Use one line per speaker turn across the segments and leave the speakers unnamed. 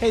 Hey,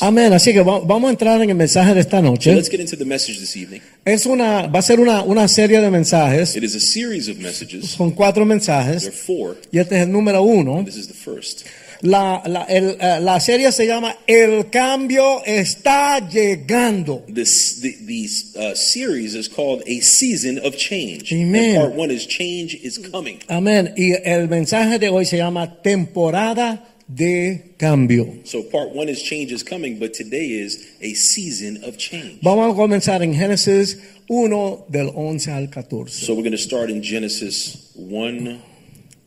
Amén. Así que va- vamos a entrar en el mensaje de esta
So
noche.
let's get into the message this evening.
Es una, va a ser una, una serie de mensajes.
It is a series of messages.
Son cuatro
There are
mensajes.
four.
Y este es el número uno.
This is the first.
La, la, el, eh, la serie se llama El cambio está llegando.
This the, the uh, series is called a season of change.
Amen.
And part one is change is coming.
Amén. Y el mensaje de hoy se llama temporada de cambio.
So part one is change is coming, but today is a season of change.
Vamos a comenzar en Génesis 1 del 11 al 14.
So we're going to start in Genesis 1,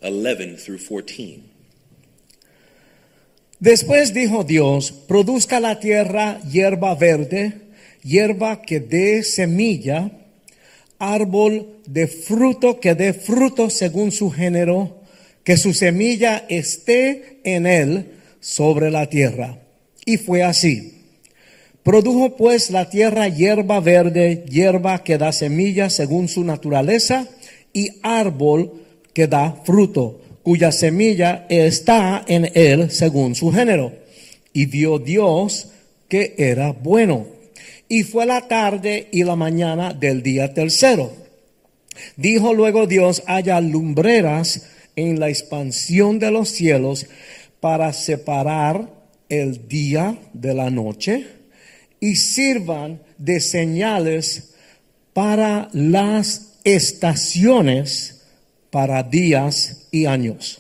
11 through 14.
Después dijo Dios, produzca la tierra hierba verde, hierba que dé semilla, árbol de fruto que dé fruto según su género, que su semilla esté en él sobre la tierra. Y fue así. Produjo pues la tierra hierba verde, hierba que da semilla según su naturaleza, y árbol que da fruto, cuya semilla está en él según su género. Y vio Dios que era bueno. Y fue la tarde y la mañana del día tercero. Dijo luego Dios, haya lumbreras en la expansión de los cielos para separar el día de la noche y sirvan de señales para las estaciones, para días y años.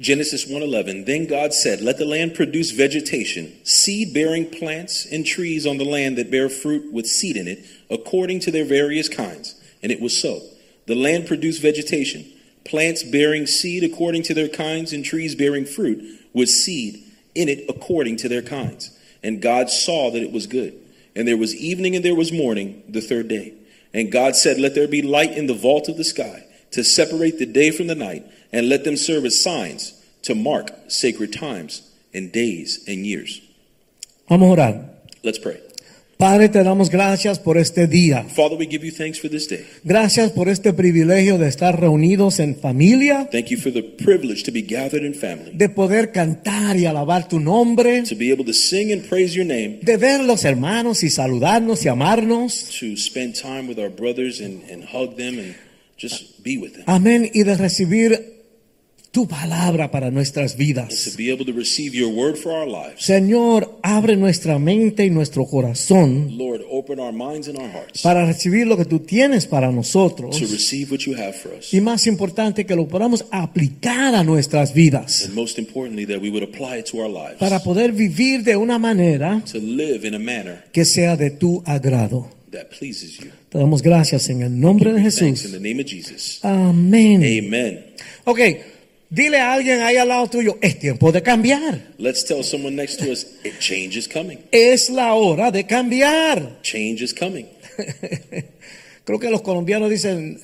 Genesis 1:11 Then God said, "Let the land produce vegetation, seed-bearing plants and trees on the land that bear fruit with seed in it, according to their various kinds." And it was so. The land produced vegetation, plants bearing seed according to their kinds and trees bearing fruit with seed in it according to their kinds. And God saw that it was good. And there was evening and there was morning the third day. And God said, Let there be light in the vault of the sky to separate the day from the night, and let them serve as signs to mark sacred times and days and years.
Vamos a orar.
Let's pray.
Padre, te damos gracias por este día.
Father, we give you thanks for this day.
Gracias por este privilegio de estar reunidos en familia,
Thank you for the privilege to be gathered in family,
de poder cantar y alabar tu nombre,
to be able to sing and praise your name,
de ver los hermanos y saludarnos y amarnos.
to spend time with our brothers and, and hug them and just be with them,
Amén. Y de recibir tu palabra para nuestras
and
vidas.
to be able to receive your word for our lives.
Señor, abre nuestra mente y nuestro corazón
Lord, open our minds and our hearts
para recibir lo que tú tienes para
to
nosotros.
receive what you have for us.
Y más importante, que lo podamos aplicar a nuestras vidas
And most importantly, that we would apply it to our lives.
para poder vivir de una manera
to live in a manner
que sea de tu agrado.
that pleases you.
Te damos gracias en el nombre de
Thanks in
Jesús.
the name of Jesus.
Amén.
Amen.
Ok, dile a alguien ahí al lado tuyo, es tiempo de cambiar.
Let's tell someone next to us it, change is coming.
Es la hora de cambiar.
Change is coming.
Creo que los colombianos dicen,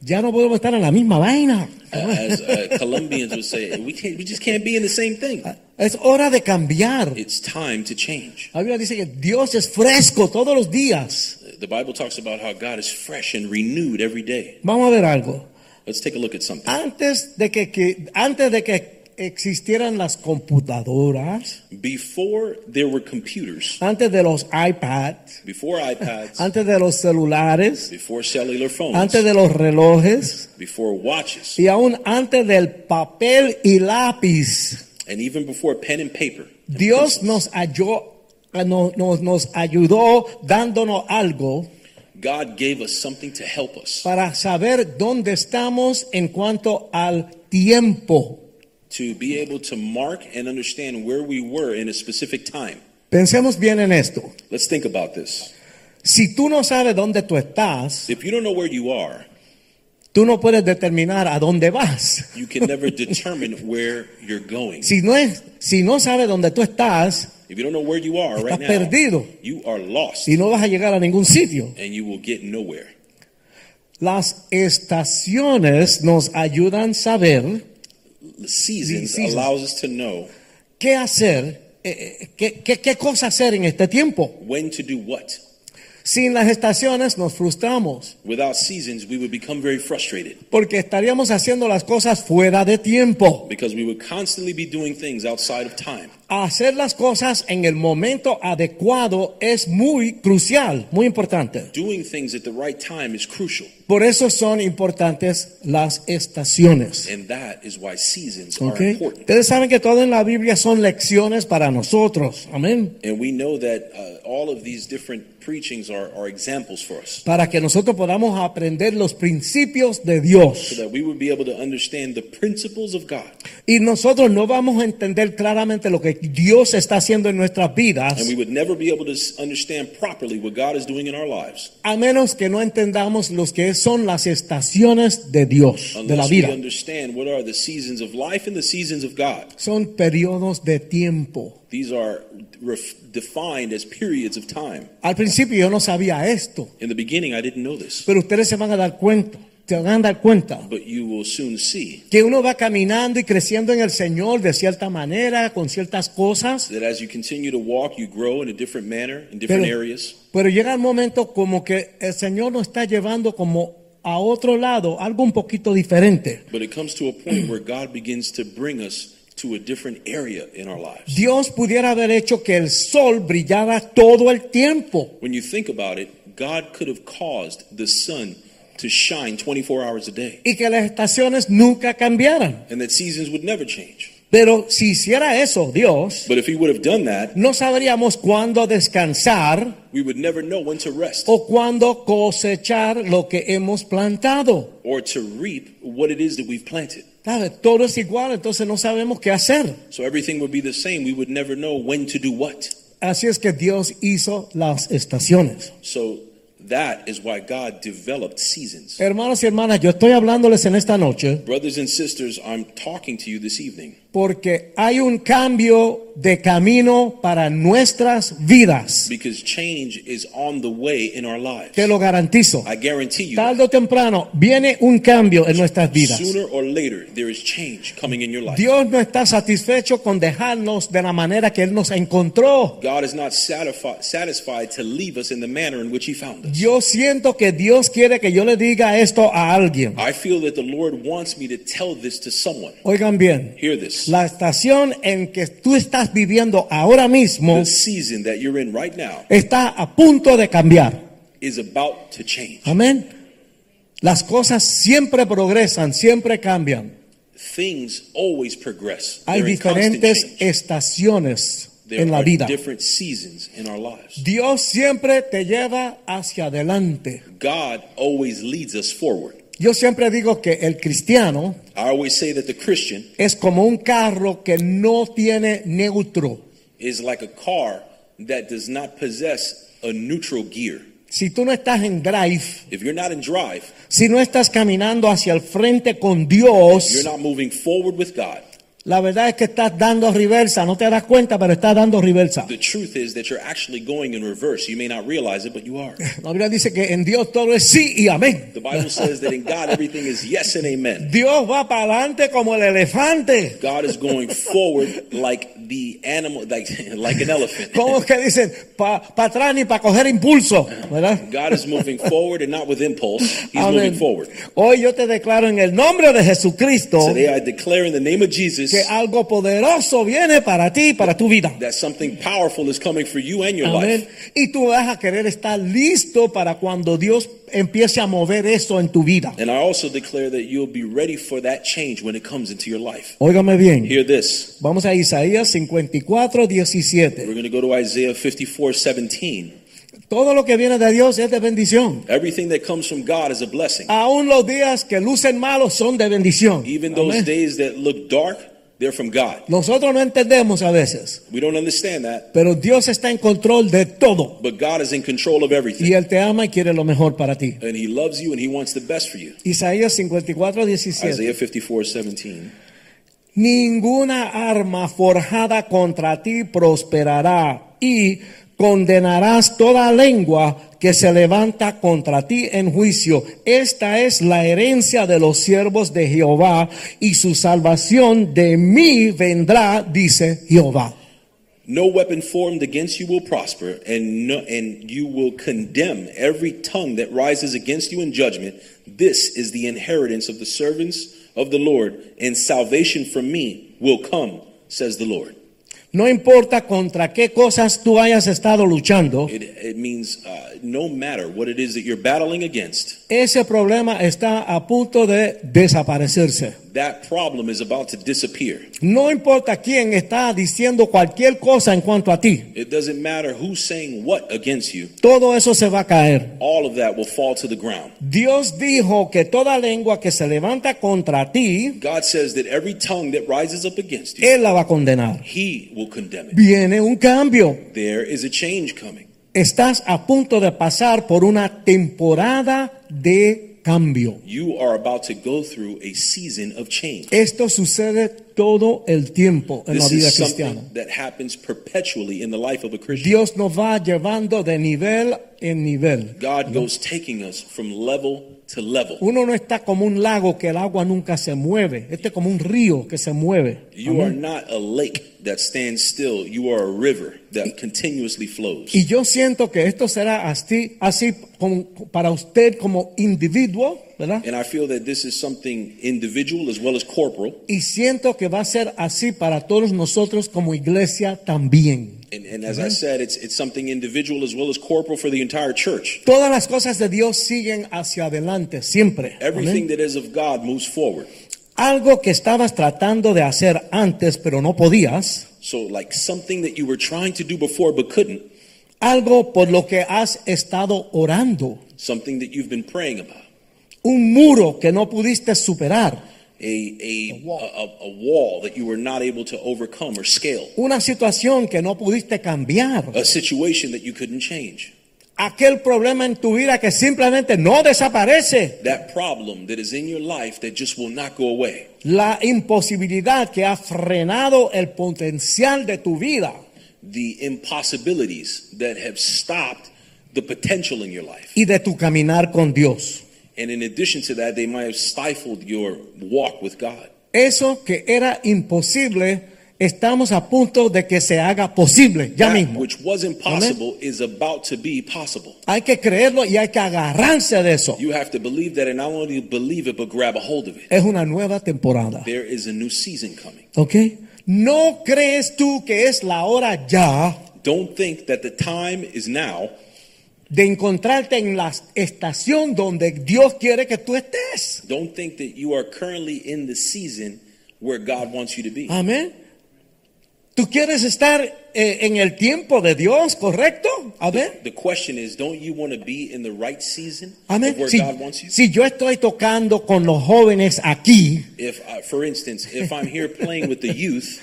ya no podemos estar en la misma vaina.
Uh, As uh, Colombians would say, we can't, we just can't be in the same thing.
Es hora de cambiar.
It's time to change.
La Biblia dice que Dios es fresco todos los días.
The Bible talks about how God is fresh and renewed every day.
Vamos a ver algo.
Let's take a look at something.
Antes de que, que- antes de que existieran las computadoras,
Before there were computers,
antes de los iPads,
before iPads,
antes de los celulares,
before cellular phones,
antes de los relojes
before watches,
y aún antes del papel y lápiz,
and even before pen and paper,
Dios nos halló- ah, no- no- nos ayudó dándonos algo
God gave us something to help us.
para saber dónde estamos en cuanto al tiempo.
to be able to mark and understand where we were in a specific time.
Pensemos bien en esto.
Let's think about this.
Si tú no sabes dónde tú estás,
If you don't know where you are,
tú no puedes determinar a dónde vas.
you can never determine where you're going.
Si no, es, si no sabes dónde tú estás,
If you don't know where you are right
Estás
now,
perdido
you are lost
y no vas a llegar a ningún sitio.
and you will get nowhere.
Las estaciones nos ayudan a saber
The seasons,
seasons.
allows us to know
qué hacer, eh, eh, qué, qué, qué cosa hacer en este tiempo.
when to do what.
Sin las estaciones nos frustramos
Without seasons, we would become very frustrated
porque estaríamos haciendo las cosas fuera de tiempo.
because we would constantly be doing things outside of time.
Hacer las cosas en el momento adecuado es muy crucial, muy importante.
Doing things at the right time is crucial,
Por eso son importantes las estaciones.
and that is why seasons
¿ok?
are important.
Ustedes saben que todo en la Biblia son lecciones para nosotros, amén.
And we know that uh, all of these different preachings are, are examples for us
Para que nosotros podamos aprender los principios de Dios.
so that we would be able to understand the principles of God.
Y nosotros no vamos a entender claramente lo que Dios está haciendo en nuestras vidas,
And we would never be able to s- understand properly what God is doing in our lives
a menos que no entendamos los que son las estaciones de Dios, de la
unless we
vida.
understand what are the seasons of life and the seasons of God.
Son periodos de tiempo.
These are ref- defined as periods of time.
Al principio yo no sabía esto,
In the beginning, I didn't know this,
pero ustedes se van a dar cuenta, se van a dar cuenta
but you will soon see
que uno va caminando y creciendo en el Señor de cierta manera, con ciertas cosas,
that as you continue to walk, you grow in a different manner in different
pero,
areas.
pero llega el momento como que el Señor nos está llevando como a otro lado, algo un poquito diferente.
But it comes to a point where God begins to bring us to a different area in our lives.
Dios pudiera haber hecho que el sol brillara todo el tiempo,
When you think about it, God could have caused the sun to shine 24 hours a day
y que las estaciones nunca cambiaran.
and that seasons would never change.
Pero si hiciera eso Dios,
But if He would have done that,
no sabríamos cuándo descansar
we would never know when to rest
o cuándo cosechar lo que hemos plantado.
or to reap what it is that we've planted.
¿Sabe? Todo es igual, entonces no sabemos qué hacer.
So everything would be the same. We would never know when to do what.
Así es que Dios hizo las estaciones.
So that is why God developed seasons.
Hermanos y hermanas, yo estoy hablándoles en esta noche
Brothers and sisters, I'm talking to you this evening
porque hay un cambio de camino para nuestras vidas.
because change is on the way in our lives.
Te lo garantizo.
I guarantee you,
Tarde o temprano viene un cambio en nuestras vidas.
sooner or later, there is change coming in your life.
Dios no está satisfecho con dejarnos de la manera que Él nos encontró.
God is not satisfied, satisfied to leave us in the manner in which He found us.
Yo siento que Dios quiere que yo le diga esto a alguien.
I feel that the Lord wants me to tell this to someone.
Oigan bien,
Hear this.
la estación en que tú estás viviendo ahora mismo
The season that you're in right now
está a punto de cambiar.
is about to change.
Amén. Las cosas siempre progresan, siempre cambian.
Things always progress.
Hay
They're in constant
diferentes
change.
estaciones
There
en la
are
vida.
different seasons in our lives.
Dios siempre te lleva hacia adelante.
God always leads us forward.
Yo siempre digo que el cristiano
I always say that the Christian
es como un carro que no tiene neutro.
is like a car that does not possess a neutral gear.
Si tú no estás en drive,
If you're not in drive,
si no estás caminando hacia el frente con
you're
Dios,
not moving forward with God.
la verdad es que estás dando reversa. No te das cuenta, pero estás dando reversa.
The truth is that you're actually going in reverse. You may not realize it, but you are.
La Biblia dice que en Dios todo es sí y amén.
The Bible says that in God everything is yes and amen.
Dios va para adelante como el elefante.
God is going forward like the animal, like like an elephant.
¿Cómo es que dicen? Para atrás ni para coger impulso, ¿verdad?
God is moving forward and not with impulse. He's
Amén.
moving forward.
Hoy yo te declaro en el nombre de Jesucristo
Today I declare in the name of Jesus
que algo poderoso viene para ti y para tu vida.
that something powerful is coming for you and your
Amén.
life.
Y tú vas a querer estar listo para cuando Dios empiece a mover eso en tu vida.
And I also declare that you'll be ready for that change when it comes into your life.
Óigame bien.
Hear this.
Vamos a Isaías 54, 17.
We're going to go to Isaiah 54, 17.
Todo lo que viene de Dios es de bendición.
Everything that comes from God is a blessing.
Aún los días que lucen malos son de bendición.
Even those
Amén.
days that look dark, they're from God.
Nosotros no entendemos a veces,
We don't understand that,
pero Dios está en control de todo.
but God is in control of
Y
everything.
Él te ama y quiere lo mejor para ti.
And He loves you and He wants the best for you.
Isaías 54, 17.
Isaiah 54, 17.
Ninguna arma forjada contra ti prosperará y condenarás toda lengua que se levanta contra ti en juicio. Esta es la herencia de los siervos de Jehová y su salvación de mí vendrá, dice Jehová.
No weapon formed against you will prosper, and, no, and you will condemn every tongue that rises against you in judgment. This is the inheritance of the servants of the Lord, and salvation from me will come, says the Lord.
No importa contra qué cosas tú hayas estado luchando,
It, it means uh, no matter what it is that you're battling against,
ese problema está a punto de desaparecerse.
that problem is about to disappear.
No importa quién está diciendo cualquier cosa en cuanto a ti,
It doesn't matter who's saying what against you,
todo eso se va a caer.
all of that will fall to the ground.
Dios dijo que toda lengua que se levanta contra ti,
God says that every tongue that rises up against you,
Él la va a condenar.
He will condemn it.
Viene un cambio.
There is a change coming.
Estás a punto de pasar por una temporada de cambio.
You are about to go through a season of change.
Esto sucede todo el tiempo en la
This
vida
is
cristiana.
something that happens perpetually in the life of a Christian.
Dios nos va llevando de nivel en nivel.
God goes taking us from level to level.
Uno no está como un lago que el agua nunca se mueve. Este es como un río que se mueve.
You are not a lake that stands still. You are a river that continuously flows.
Y yo siento que esto será así, así como para usted como individuo, ¿verdad?
And I feel that this is something individual as well as corporal.
Y siento que va a ser así para todos nosotros como iglesia también.
And, and as I said, it's, it's something individual as well as corporal for the entire church.
Todas las cosas de Dios siguen hacia adelante siempre.
Everything
Amén.
that is of God moves forward.
Algo que estabas tratando de hacer antes pero no podías,
So, like something that you were trying to do before but couldn't,
algo por lo que has estado orando,
something that you've been praying about,
un muro que no pudiste superar,
a, a,
A wall.
a- a- a wall that you were not able to overcome or scale,
una situación que no pudiste cambiar,
a situation that you couldn't change,
aquel problema en tu vida que simplemente no desaparece,
that problem that is in your life that just will not go away,
la imposibilidad que ha frenado el potencial de tu vida.
the impossibilities that have stopped the potential in your life.
y de tu caminar con Dios.
And in addition to that, they might have stifled your walk with God.
Eso que era imposible, estamos a punto de que se haga posible ya
that
mismo.
which was impossible is about to be possible.
Hay que creerlo y hay que agarrarse de eso.
You have to believe that and not only believe it, but grab a hold of it.
Es una nueva temporada.
There is a new season coming.
¿Ok? No crees tú que es la hora ya
Don't think that the time is now
de encontrarte en la estación donde Dios quiere que tú estés.
Don't think that you are currently in the season where God wants you to be.
Amén. Tú quieres estar eh, en el tiempo de Dios, ¿correcto? Amén.
The question is, don't you want to be in the right season
Amén.
of where
Si,
God wants you?
si yo estoy tocando con los jóvenes aquí,
If, uh, for instance, if I'm here playing with the youth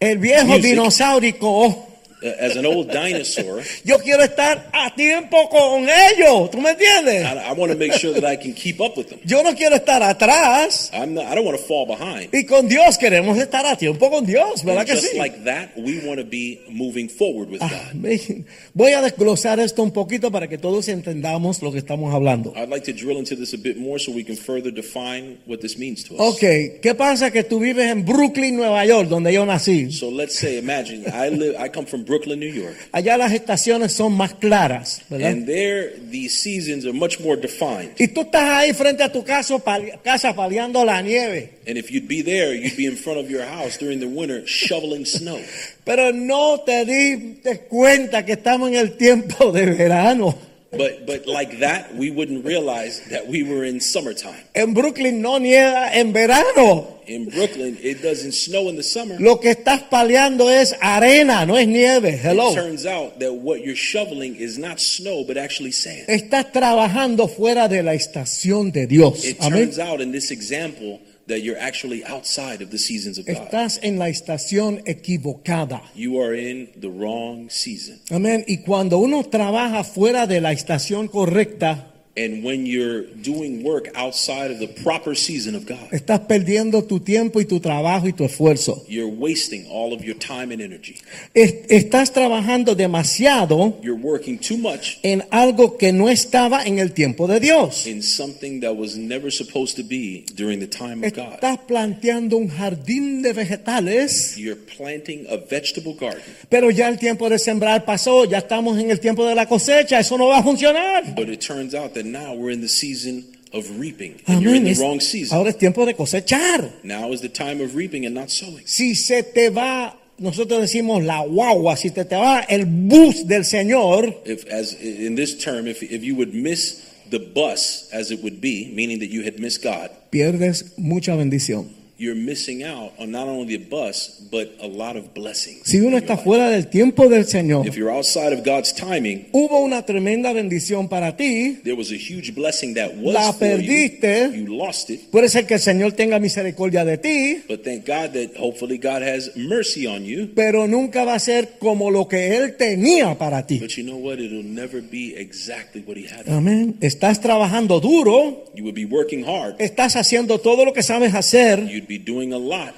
el viejo
Music.
dinosaurico, oh,
uh, as an old dinosaur,
yo quiero estar a tiempo con ellos. ¿Tú me entiendes?
I, I want to make sure that I can keep up with them.
Yo no quiero estar atrás
I'm not, I don't want to fall behind.
y con Dios queremos estar a tiempo con Dios, ¿verdad
And
que
just
sí?
like that, we want to be moving forward
Ah.
with God.
Amén. Voy a desglosar esto un poquito para que todos entendamos lo que estamos hablando.
I'd like to drill into this a bit more so we can further define what this means to us.
Ok, ¿qué pasa que tú vives en Brooklyn, Nueva York, donde yo nací?
So let's say, imagine I live. I come from Brooklyn, New York.
Allá las estaciones son más claras, ¿verdad?
And there, the seasons are much more defined.
Y tú estás ahí frente a tu casa, pali- casa paliando la nieve,
And if you'd be there, you'd be in front of your house during the winter shoveling snow.
pero no te diste cuenta que estamos en el tiempo de verano.
But but like that, we wouldn't realize that we were in summertime.
En Brooklyn no nieva en verano.
In Brooklyn, it doesn't snow in the summer.
Lo que estás paliando es arena, no es nieve. Hello.
It turns out that what you're shoveling is not snow, but actually sand.
Estás trabajando fuera de la estación de Dios.
It
Amén.
turns out in this example that you're actually outside of the seasons of God.
Estás en la estación equivocada.
You are in the wrong season.
Amén. Y cuando uno trabaja fuera de la estación correcta,
And when you're doing work outside of the proper season of God,
Estás perdiendo tu tiempo y tu trabajo y tu esfuerzo.
you're wasting all of your time and energy.
Es- estás trabajando demasiado
You're working too much
en algo que no estaba en el tiempo de Dios.
in something that was never supposed to be during the time of oh God.
Estás planteando un jardín de vegetales,
You're planting a vegetable garden,
pero ya el tiempo de sembrar pasó, ya estamos en el tiempo de la cosecha, eso no va a funcionar.
but it turns out that now we're in the season of reaping, and you're in
Amén.
the
Es-
wrong season.
Ahora es tiempo de cosechar.
Now is the time of reaping and not sowing.
Si se te va, nosotros decimos la guagua, si te, te va el bus del Señor,
If, as in this term, if, if you would miss the bus, as it would be, meaning that you had missed God,
pierdes mucha bendición.
you're missing out on not only the bus, but a lot of blessings.
Si uno
in your
está
life.
fuera del tiempo del Señor,
If you're outside of God's timing,
hubo una tremenda bendición para ti.
there was a huge blessing that was
La
for you.
perdiste.
You lost it.
Puede ser que el Señor tenga misericordia de ti,
But thank God that hopefully God has mercy on you.
pero nunca va a ser como lo que Él tenía para ti.
But you know what? It'll never be exactly what He had.
Amén. Estás trabajando duro,
You would be working hard.
estás haciendo todo lo que sabes hacer,
You'd be doing a lot,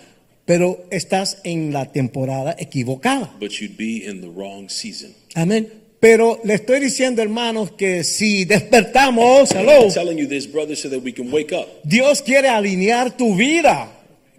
pero estás en la temporada equivocada.
but you'd be in the wrong season.
Amén. Pero le estoy diciendo, hermanos, que si despertamos, hello,
I'm telling you this, brother, so that we can wake up.
Dios quiere alinear tu vida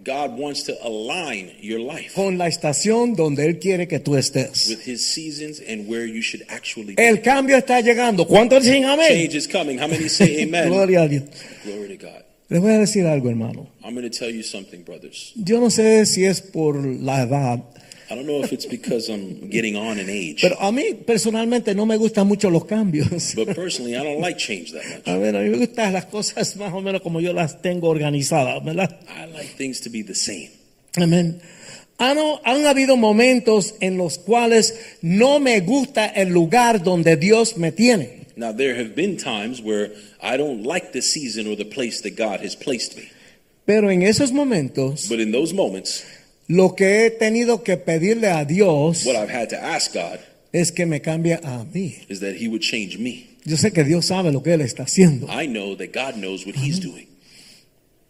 God wants to align your life
con la estación donde Él quiere que tú estés.
with His seasons and where you should actually be.
El cambio está llegando. ¿Cuántos dicen amén?
Change is coming. How many say amen?
Gloria a Dios.
Glory to God.
Les voy a decir algo, hermano.
I'm going to tell you something, brothers.
Yo no sé si es por la edad,
I don't know if it's because I'm getting on in age,
pero a mí personalmente no me gustan mucho los cambios.
but personally, I don't like change that much.
A ver, a mí me gustan las cosas más o menos como yo las tengo organizadas, ¿verdad?
I like things to be the same.
Amén. Han, han habido momentos en los cuales no me gusta el lugar donde Dios me tiene.
Now, there have been times where I don't like the season or the place that God has placed me.
Pero en esos momentos,
But in those moments,
lo que he tenido que pedirle a Dios
what I've had to ask God
es que me cambie a mí.
is that He would change me.
Yo sé que Dios sabe lo que Él está haciendo.
I know that God knows what He's doing.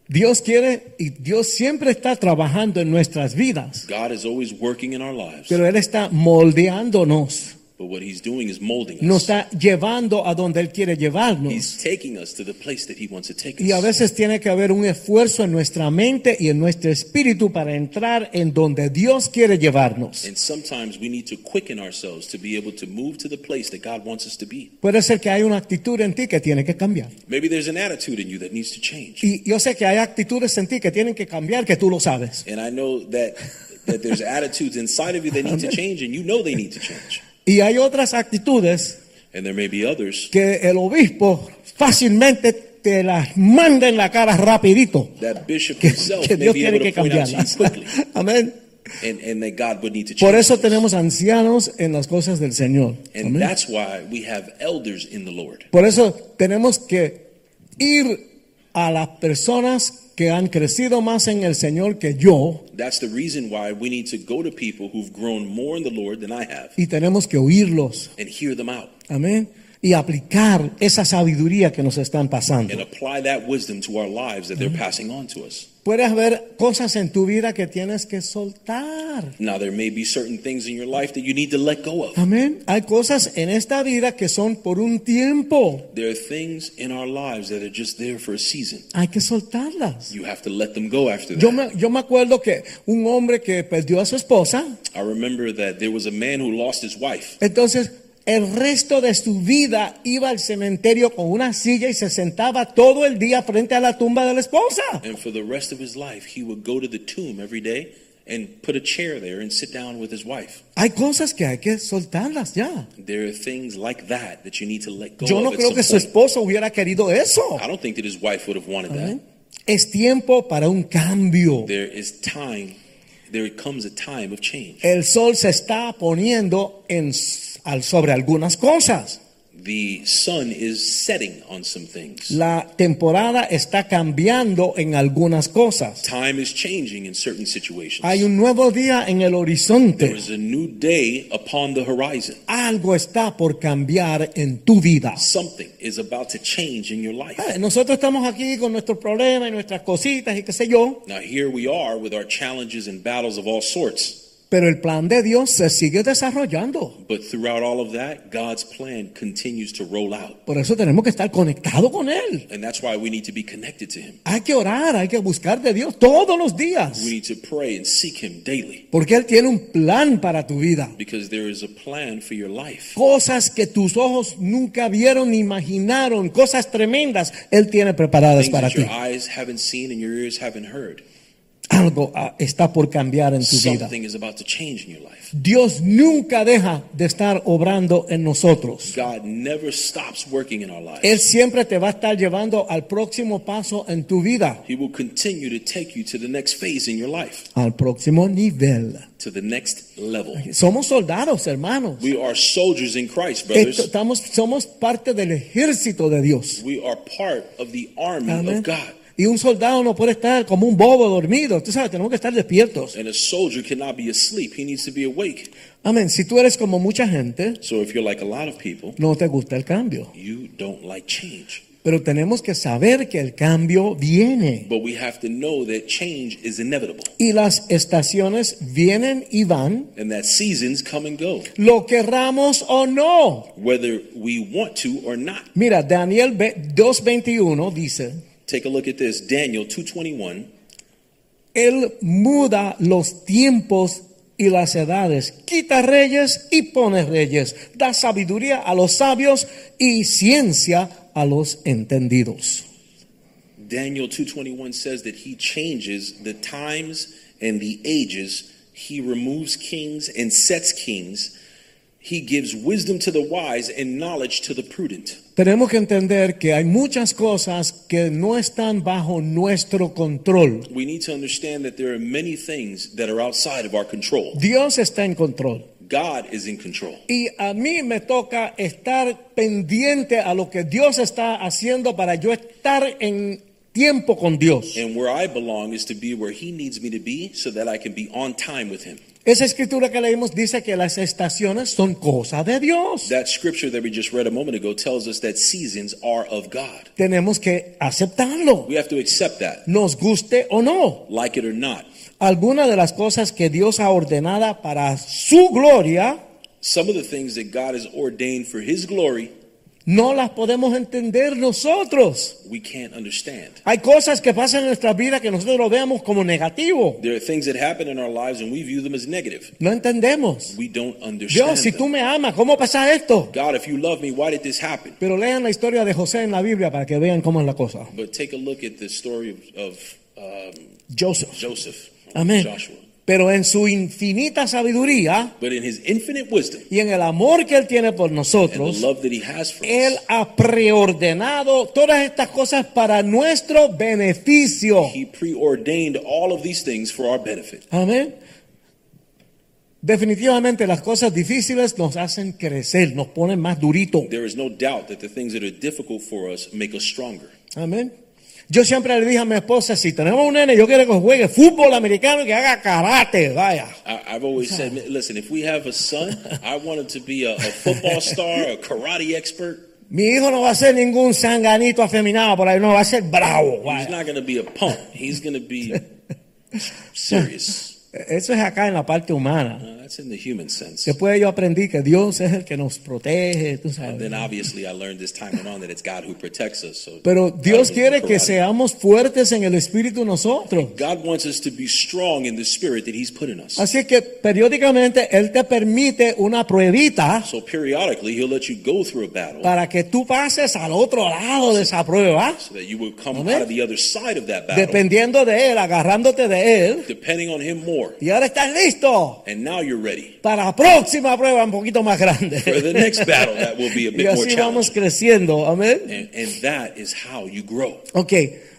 Dios quiere y Dios siempre está trabajando en nuestras vidas,
God is always working in our lives,
pero Él está moldeándonos,
but what He's doing is molding
nos
us.
está llevando a donde Él quiere llevarnos.
He's taking us to the place that He wants to take
Y a
us.
veces tiene que haber un esfuerzo en nuestra mente y en nuestro espíritu para entrar en donde Dios quiere llevarnos.
And sometimes we need to quicken ourselves to be able to move to the place that God wants us to be.
Puede ser que hay una actitud en ti que tiene que cambiar.
Maybe there's an attitude in you that needs to change.
Y yo sé que hay actitudes en ti que tienen que cambiar, que tú lo sabes.
And I know that, that there's attitudes inside of you that need to change, and you know they need to change.
Y hay otras actitudes
And there may be others
que el obispo fácilmente te las manda en la cara rapidito.
that bishop
que,
himself
que
may
Dios
be
tiene
able to
que
point out to you
cambiarlas.
quickly,
Amén.
and, and that God would need to change.
Por eso
those.
tenemos ancianos en las cosas del Señor.
and
Amén.
that's why we have elders in the Lord.
Por eso tenemos que ir a las personas que han crecido más en el Señor que yo
That's the reason why we need to go to people who've grown more in the Lord than I have
y tenemos que oírlos.
and hear them out
Amén. Y aplicar esa sabiduría que nos están pasando.
and apply that wisdom to our lives that they're passing on to us.
Puedes haber cosas en tu vida que tienes que soltar.
Now, there may be certain things in your life that you need to let go of.
Amén. Hay cosas en esta vida que son por un tiempo.
There are things in our lives that are just there for a season.
Hay que soltarlas.
You have to let them go after that.
Yo me, yo me acuerdo que un hombre que perdió a su esposa,
I remember that there was a man who lost his wife,
entonces el resto de su vida iba al cementerio con una silla y se sentaba todo el día frente a la tumba de la esposa.
and for the rest of his life, he would go to the tomb every day and put a chair there and sit down with his wife.
Hay cosas que hay que soltarlas ya.
There are things like that that you need to let go
Yo no
of. at
creo que su
some point.
esposo hubiera querido eso.
I don't think that his wife would have wanted
Amén.
that.
Es tiempo para un cambio.
There is time. There comes a time of change.
El sol se está poniendo en, al- sobre algunas cosas.
The sun is setting on some things.
La temporada está cambiando en algunas cosas.
Time is changing in certain situations.
Hay un nuevo día en el
There
horizonte.
is a new day upon the horizon.
Algo está por cambiar en tu vida.
Something is about to change in your life.
Eh, Nosotros estamos aquí con nuestros problemas y nuestras cositas y qué sé yo,
Now, here we are with our challenges and battles of all sorts.
pero el plan de Dios se sigue desarrollando.
But throughout all of that, God's plan continues to roll out.
Por eso tenemos que estar conectados con Él.
And that's why we need to be connected to Him.
Hay que orar, hay que buscar de Dios todos los días.
We need to pray and seek Him daily
Porque Él tiene un plan para tu vida.
because there is a plan for your life.
Cosas que tus ojos nunca vieron ni imaginaron. Cosas tremendas Él tiene preparadas
Things
para
that
ti.
your eyes haven't seen and your ears haven't heard.
Algo ah, está por cambiar en tu vida.
Something is about to change in your life.
Dios nunca deja de estar obrando en nosotros.
God never stops working in our
Él
lives.
siempre te va a estar llevando al próximo paso en tu vida.
He will continue to take you to the next phase in your life,
Al próximo nivel.
to the next level.
Somos soldados, hermanos.
We are soldiers in Christ,
Esto-
brothers.
estamos, somos parte del ejército de Dios.
We are part of the army
Amén.
of God.
Y un soldado no puede estar como un bobo dormido. Tú sabes, tenemos que estar despiertos.
And a soldier cannot be asleep. He needs to be awake.
Amén. Si tú eres como mucha gente,
So if you're like a lot of people,
no te gusta el cambio.
you don't like change.
Pero tenemos que saber que el cambio viene.
But we have to know that change is inevitable
Y las estaciones vienen y van,
and that seasons come and go,
lo querramos o no.
whether we want to or not.
Mira, Daniel ve- 2.21 dice,
Take a look at this. Daniel 221.
Él muda los tiempos y las edades, quita reyes y pone reyes, da sabiduría a los sabios y ciencia a los entendidos.
Daniel 221 says that he changes the times and the ages. He removes kings and sets kings. He gives wisdom to the wise and knowledge to the prudent.
Tenemos que entender que hay muchas cosas que no están bajo nuestro control.
We need to understand that there are many things that are outside of our control.
Dios está en control.
God is in control.
Y a mí me toca estar pendiente a lo que Dios está haciendo para yo estar en tiempo con Dios.
And where I belong is to be where he needs me to be so that I can be on time with him.
Esa escritura que leímos dice que las estaciones son cosa de Dios.
That scripture that we just read a moment ago tells us that seasons are of God.
Tenemos que aceptarlo,
We have to accept that,
nos guste o no.
like it or not.
Algunas de las cosas que Dios ha ordenada para su gloria
Some of the things that God has ordained for his glory,
no las podemos entender nosotros.
we can't understand.
Hay cosas que pasan en nuestra vida que nosotros lo veamos como negativo.
There are things that happen in our lives and we view them as negative.
No entendemos.
We don't understand.
Dios, si
them.
tú me amas, ¿cómo pasa esto?
God, if you love me, why did this happen?
Pero lean la historia de José en la Biblia para que vean cómo es la cosa.
But take a look at the story of, of um,
Joseph.
Joseph,
Amén.
Joshua.
Pero en su infinita sabiduría,
But in his infinite wisdom
Y en el amor que Él tiene por
and the
nosotros,
love that he has for
Él
us,
ha preordenado todas estas cosas para nuestro beneficio.
he preordained all of these things for our benefit.
Amén. Definitivamente las cosas difíciles nos hacen crecer, nos ponen más durito.
There is no doubt that the things that are difficult for us make us stronger.
Amén. Yo siempre le dije a mi esposa, si tenemos un nene, yo quiero que juegue fútbol americano y que haga karate, vaya.
I, I've always said, listen, if we have a son, I want him to be a, a football star, a karate expert.
Mi hijo no va a ser ningún sanganito afeminado por ahí, no, va a ser bravo.
He's
vaya.
not going to be a punk. He's going to be serious.
E-, Eso es acá en la parte humana.
Uh, that's in the human sense.
Después yo aprendí que Dios es el que nos protege, tú
And
sabes.
then obviously I learned this time and on that it's God who protects us. So
Pero Dios
God is
quiere que
karate.
seamos fuertes en el espíritu nosotros.
God wants us to be strong in the spirit that He's put in us.
Así que periódicamente Él te permite una pruebita
So periodically, He'll let you go through a battle
para que tú pases al otro lado de esa prueba,
so that you will come
Amen.
out of the other side of that battle,
dependiendo de Él, agarrándote de Él.
depending on Him more.
Y ahora estás listo
And now you're ready
para la próxima prueba un poquito más
for the
grande.
next battle that will be a
Y
bit more
así vamos
challenging.
creciendo, amén.
And, and that is how you grow.
Ok,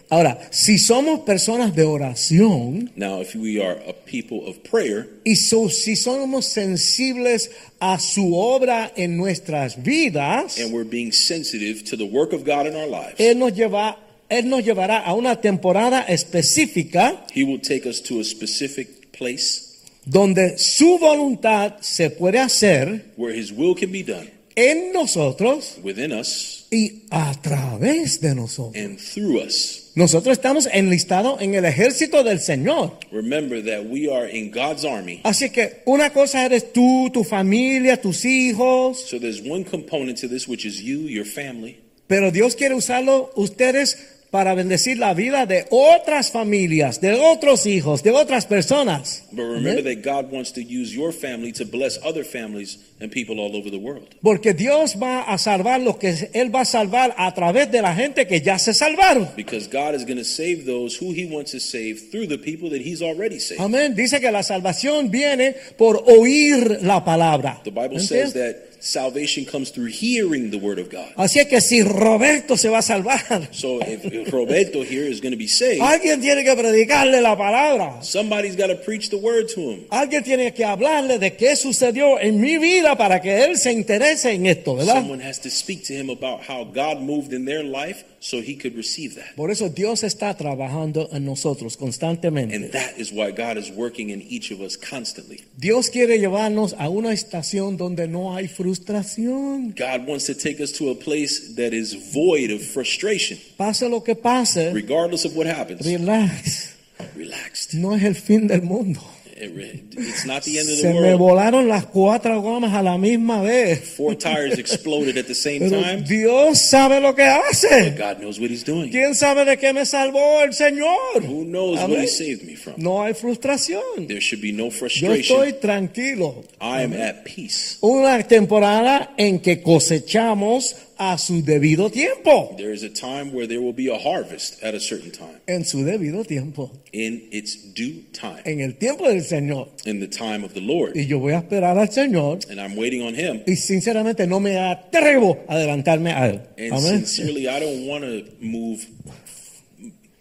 Ahora, si somos personas de oración
Now, if we are a people of prayer
y so- si somos sensibles a su obra en nuestras vidas,
and we're being sensitive to the work of God in our lives,
Él nos, lleva, Él nos llevará a una temporada específica
He will take us to a specific place
donde su voluntad se puede hacer
where His will can be done
en nosotros
within us
y a través de nosotros.
and through us.
Nosotros estamos enlistados en el ejército del Señor.
Remember that we are in God's army.
Así que una cosa eres tú, tu familia, tus hijos,
So there's one component to this, which is you, your family,
pero Dios quiere usarlo ustedes para bendecir la vida de otras familias, de otros hijos, de otras personas.
But remember that God wants to use your family to bless other families and people all over the world.
Porque Dios va a salvar lo que Él va a salvar a través de la gente que ya se salvaron.
Because God is going to save those who He wants to save through the people that He's already saved.
Amén. Dice que la salvación viene por oír la palabra.
The Bible says
¿Entiendes?
that salvation comes through hearing the Word of God.
Así es que si Roberto se va a salvar,
So if, if Roberto here is going to be saved,
alguien tiene que predicarle la palabra.
somebody's got to preach the Word to him.
Alguien tiene que hablarle de qué sucedió en mi vida para que él se interese en esto, ¿verdad?
Someone has to speak to him about how God moved in their life so he could receive that.
Por eso Dios está trabajando en nosotros
And
constantemente.
that is why God is working in each of us constantly.
Dios quiere llevarnos a una estación donde no hay frustración.
God wants to take us to a place that is void of frustration,
Pase lo que pase,
regardless of what happens.
relax.
Relaxed.
No es el fin del mundo.
It re- It's not the end of
Se
the
me
world.
volaron las cuatro gomas a la misma vez.
Four tires exploded at the same
Pero
time.
Dios sabe lo que hace.
God knows what he's doing.
¿Quién sabe de qué me salvó el Señor?
Who knows
Amén.
what he saved me from?
No hay frustración.
There should be no
Yo estoy
frustration.
tranquilo.
I am at peace.
Una temporada en que cosechamos a su debido tiempo.
There is a time where there will be a harvest at a certain time,
En su debido tiempo.
in its due time,
En el tiempo del Señor.
in the time of the Lord.
Y yo voy a esperar al Señor.
And I'm waiting on him.
Y sinceramente no me atrevo a adelantarme a él.
And
Amén.
sincerely, I don't want to move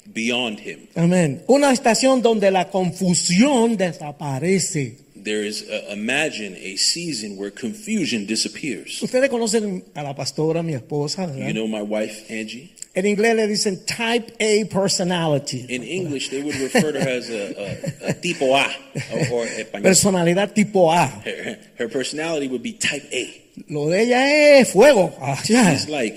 beyond him.
Amén. Una estación donde la confusión desaparece.
There is, a, imagine a season where confusion disappears.
Ustedes conocen a la pastora, mi esposa, ¿verdad?
You know my wife, Angie?
en inglés le dicen type A personality.
In English, they would refer to her as a, a, a tipo A, or, or Eh, español.
Personalidad tipo A.
Her, her personality would be type A.
Lo de ella es fuego. Ah, ya.
It's like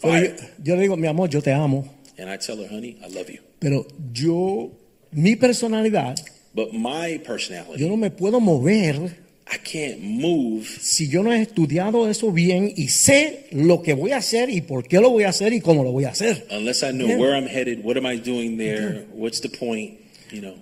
Pero yo,
fire.
yo le digo, mi amor, yo te amo.
And I tell her, honey, I love you.
Pero yo, mi personalidad,
But my
yo
personality,
no me puedo mover
I can't move
si yo no he estudiado eso bien y sé lo que voy a hacer y por qué lo voy a hacer y cómo lo voy a hacer.
unless I know
Yeah.
where I'm headed. What am I doing there? What's the point? You know,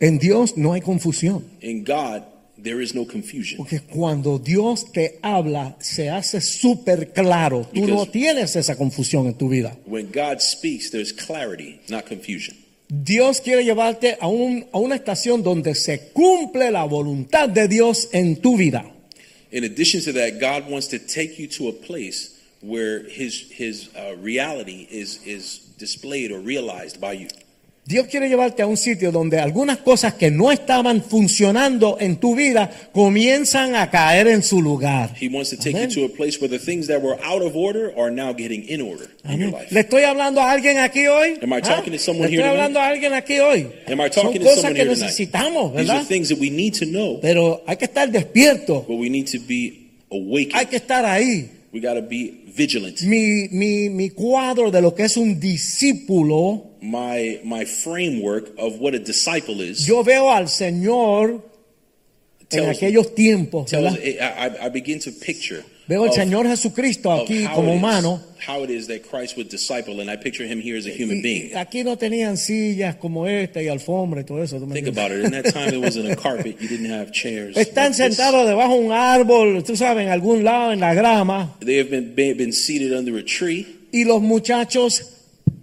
En Dios no hay confusión.
in God, there is no confusion.
Porque cuando Dios te habla, se hace súper claro. Tú no
Because-
tienes esa confusión en tu vida.
When God speaks, there's clarity, not confusion.
Dios quiere llevarte a, un- a una estación donde se cumple la voluntad de Dios en tu vida.
In addition to that, God wants to take you to a place where His His uh, reality is is displayed or realized by you.
Dios quiere llevarte a un sitio donde algunas cosas que no estaban funcionando en tu vida comienzan a caer en su lugar.
He wants to take
Amen.
you to a place where the things that were out of order are now getting in order in your
Amén.
life.
¿Le estoy hablando a alguien aquí hoy? ¿Ah?
Am I talking to someone
¿Le
here
estoy
tonight?
hablando a alguien aquí hoy?
Am I
Son
talking to
cosas
someone
que
here tonight?
necesitamos,
These are
¿verdad?
things that we need to know,
Pero hay que estar despierto.
but we need to be
Hay
awakened.
que estar ahí.
We got to be vigilant.
Mi, mi, mi cuadro de lo que es un discípulo,
My my framework of what a disciple is
yo veo al Señor en
tells,
aquellos tiempos.
tells
¿verdad?
I, I- I begin to picture
Veo al
of-
Señor Jesucristo
of
aquí
how
como
it is-
humano.
how it is that Christ would disciple, and I picture him here as a
Y-
human
y
being.
aquí no tenían sillas como esta y alfombra y todo eso. ¿tú me
Think
entiendes?
about it. In that time, there wasn't a carpet. You didn't have chairs.
Están
like this.
sentados debajo de un árbol, tú sabes, en algún lado en la grama.
They have been they have been seated under a tree,
Y los muchachos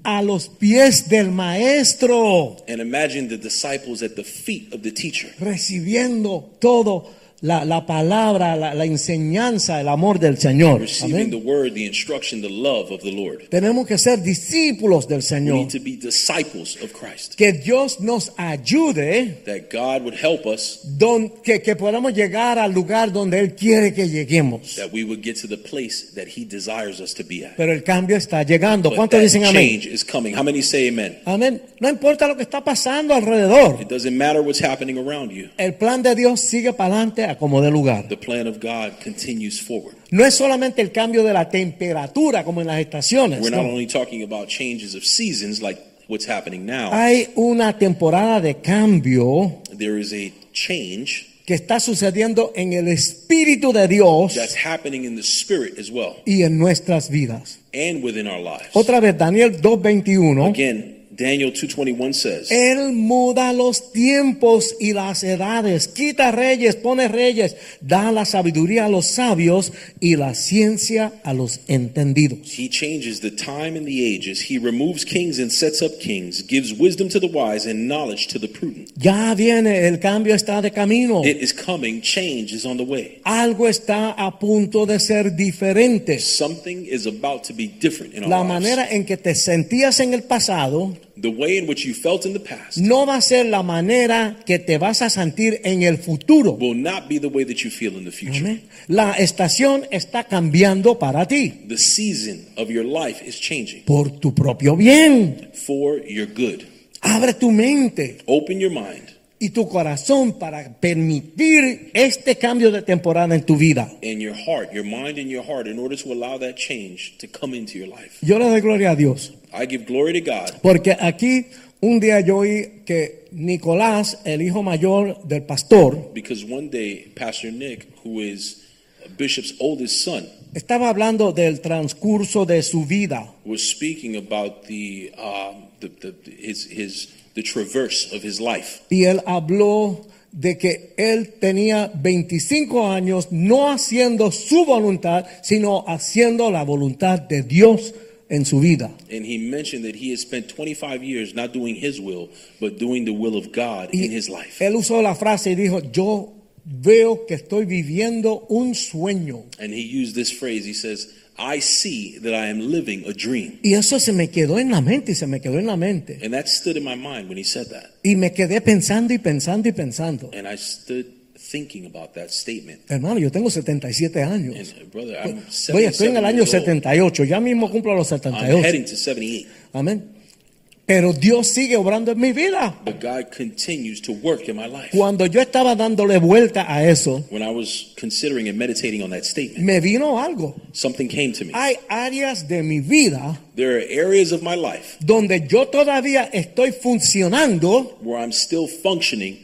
a los pies del maestro,
and imagine the disciples at the feet of the teacher,
recibiendo todo la, la palabra, la, la enseñanza, el amor del Señor.
receiving
Amén.
the word, the instruction, the love of the Lord.
Tenemos que ser discípulos del
We
Señor.
need to be disciples of Christ.
Que Dios nos ayude,
That God would help us,
don- que, que podamos llegar al lugar donde Él quiere que lleguemos.
that we would get to the place that He desires us to be at.
Pero el cambio está llegando.
But
¿Cuántos
that
dicen amén?
change is coming. How many say amen?
Amén. No importa lo que está pasando alrededor.
It doesn't matter what's happening around you.
El plan de Dios sigue para adelante a como de lugar.
The plan of God continues forward.
No es solamente el cambio de la temperatura como en las estaciones.
We're not
no.
only talking about changes of seasons like what's happening now.
Hay una temporada de cambio
There is a change
que está sucediendo en el Espíritu de Dios
that's happening in the spirit as well
y en nuestras vidas.
and within our lives.
Otra vez, Daniel 2.21.
Again, Daniel 2:21 says,
Él muda los tiempos y las edades, quita reyes, pone reyes, da la sabiduría a los sabios y la ciencia a los entendidos.
He changes the time and the ages. He removes kings and sets up kings, gives wisdom to the wise and knowledge to the prudent.
Ya viene, el cambio está de camino.
It is coming, change is on the way.
Algo está a punto de ser diferente.
Something is about to be different in our
La
lives.
manera en que te sentías en el pasado
the way in which you felt in the past
no va a ser la manera que te vas a sentir en el futuro.
will not be the way that you feel in the future.
Amén. La estación está cambiando para ti
The season of your life is changing
por tu propio bien.
for your good.
Abre tu mente
Open your mind
y tu corazón para permitir este cambio de temporada en tu vida.
and your heart, your mind and your heart, in order to allow that change to come into your life.
Yo le doy gloria a Dios,
I give glory to God
porque aquí un día yo oí que Nicolás, el hijo mayor del pastor,
because one day Pastor Nick, who is Bishop's oldest son,
estaba hablando del transcurso de su vida.
was speaking about the, um, the, the his his the traverse of his life.
Y él habló de que él tenía 25 años no haciendo su voluntad, sino haciendo la voluntad de Dios en su vida.
And he mentioned that he has spent 25 years not doing his will, but doing the will of God
Y
in his life.
él usó la frase y dijo, yo veo que estoy viviendo un sueño.
And he used this phrase. He says, "I see that I am living a dream,"
Y eso se me quedó en la mente y se me quedó en la mente.
and that stood in my mind when he said that.
Y me quedé pensando y pensando y pensando.
And I stood thinking about that statement.
Hermano, yo tengo 77 años.
And uh, brother, I'm
Oye, estoy en
77
el año
years old.
78, ya mismo cumplo los
I'm
78.
heading to 78.
Amén. Pero Dios sigue obrando en mi vida.
But God continues to work in my life.
Cuando yo estaba dándole vuelta a eso,
When I was considering and meditating on that statement,
me vino algo.
something came to me.
Hay áreas de mi vida
There are areas of my life
donde yo todavía estoy funcionando
where I'm still functioning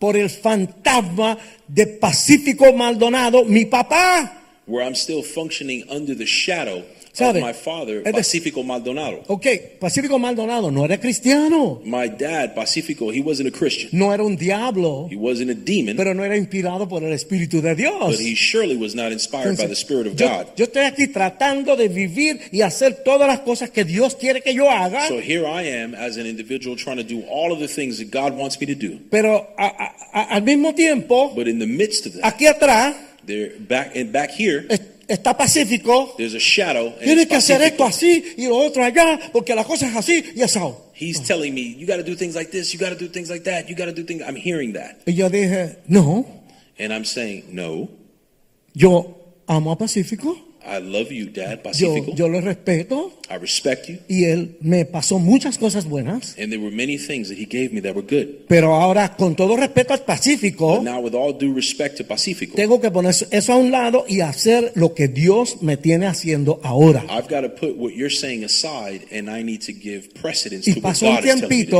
por el fantasma de Pacífico Maldonado, mi papá.
where I'm still functioning under the shadow
Sabe,
of my father,
es decir-
Pacifico Maldonado.
Ok, Pacífico Maldonado no era cristiano,
My dad, Pacifico, he wasn't a Christian.
no era un diablo,
He wasn't a demon,
pero no era inspirado por el Espíritu de
but
Dios.
he surely was not inspired by the Spirit of
yo,
God.
yo estoy aquí tratando de vivir y hacer todas las cosas que Dios quiere que yo haga.
So here I am as an individual trying to do all of the things that God wants me to do.
Pero a- a- a- al mismo tiempo,
But in the midst of that,
aquí atrás
there back and back here,
es- está Pacífico.
there's a shadow. And
Tienes
it's
Eh, que hacer esto
Pacifico.
así y lo otro allá, porque la cosa es así y eso.
He's telling me, you got to do things like this, you got to do things like that, you got to do things. I'm hearing that.
Y yo dije, no,
And I'm saying, no,
yo amo a Pacífico,
I love you, Dad, Pacifico.
yo, yo lo respeto
I respect you.
y él me pasó muchas cosas buenas.
And there were many things that he gave me that were good.
Pero ahora, con todo respeto al
But
Pacífico,
now, with all due respect to Pacifico,
tengo que poner eso- eso a un lado y hacer lo que Dios me tiene haciendo ahora.
I've got to put what you're saying aside, and I need to give precedence
Y
to what
pasó un
God is telling me to
tiempito.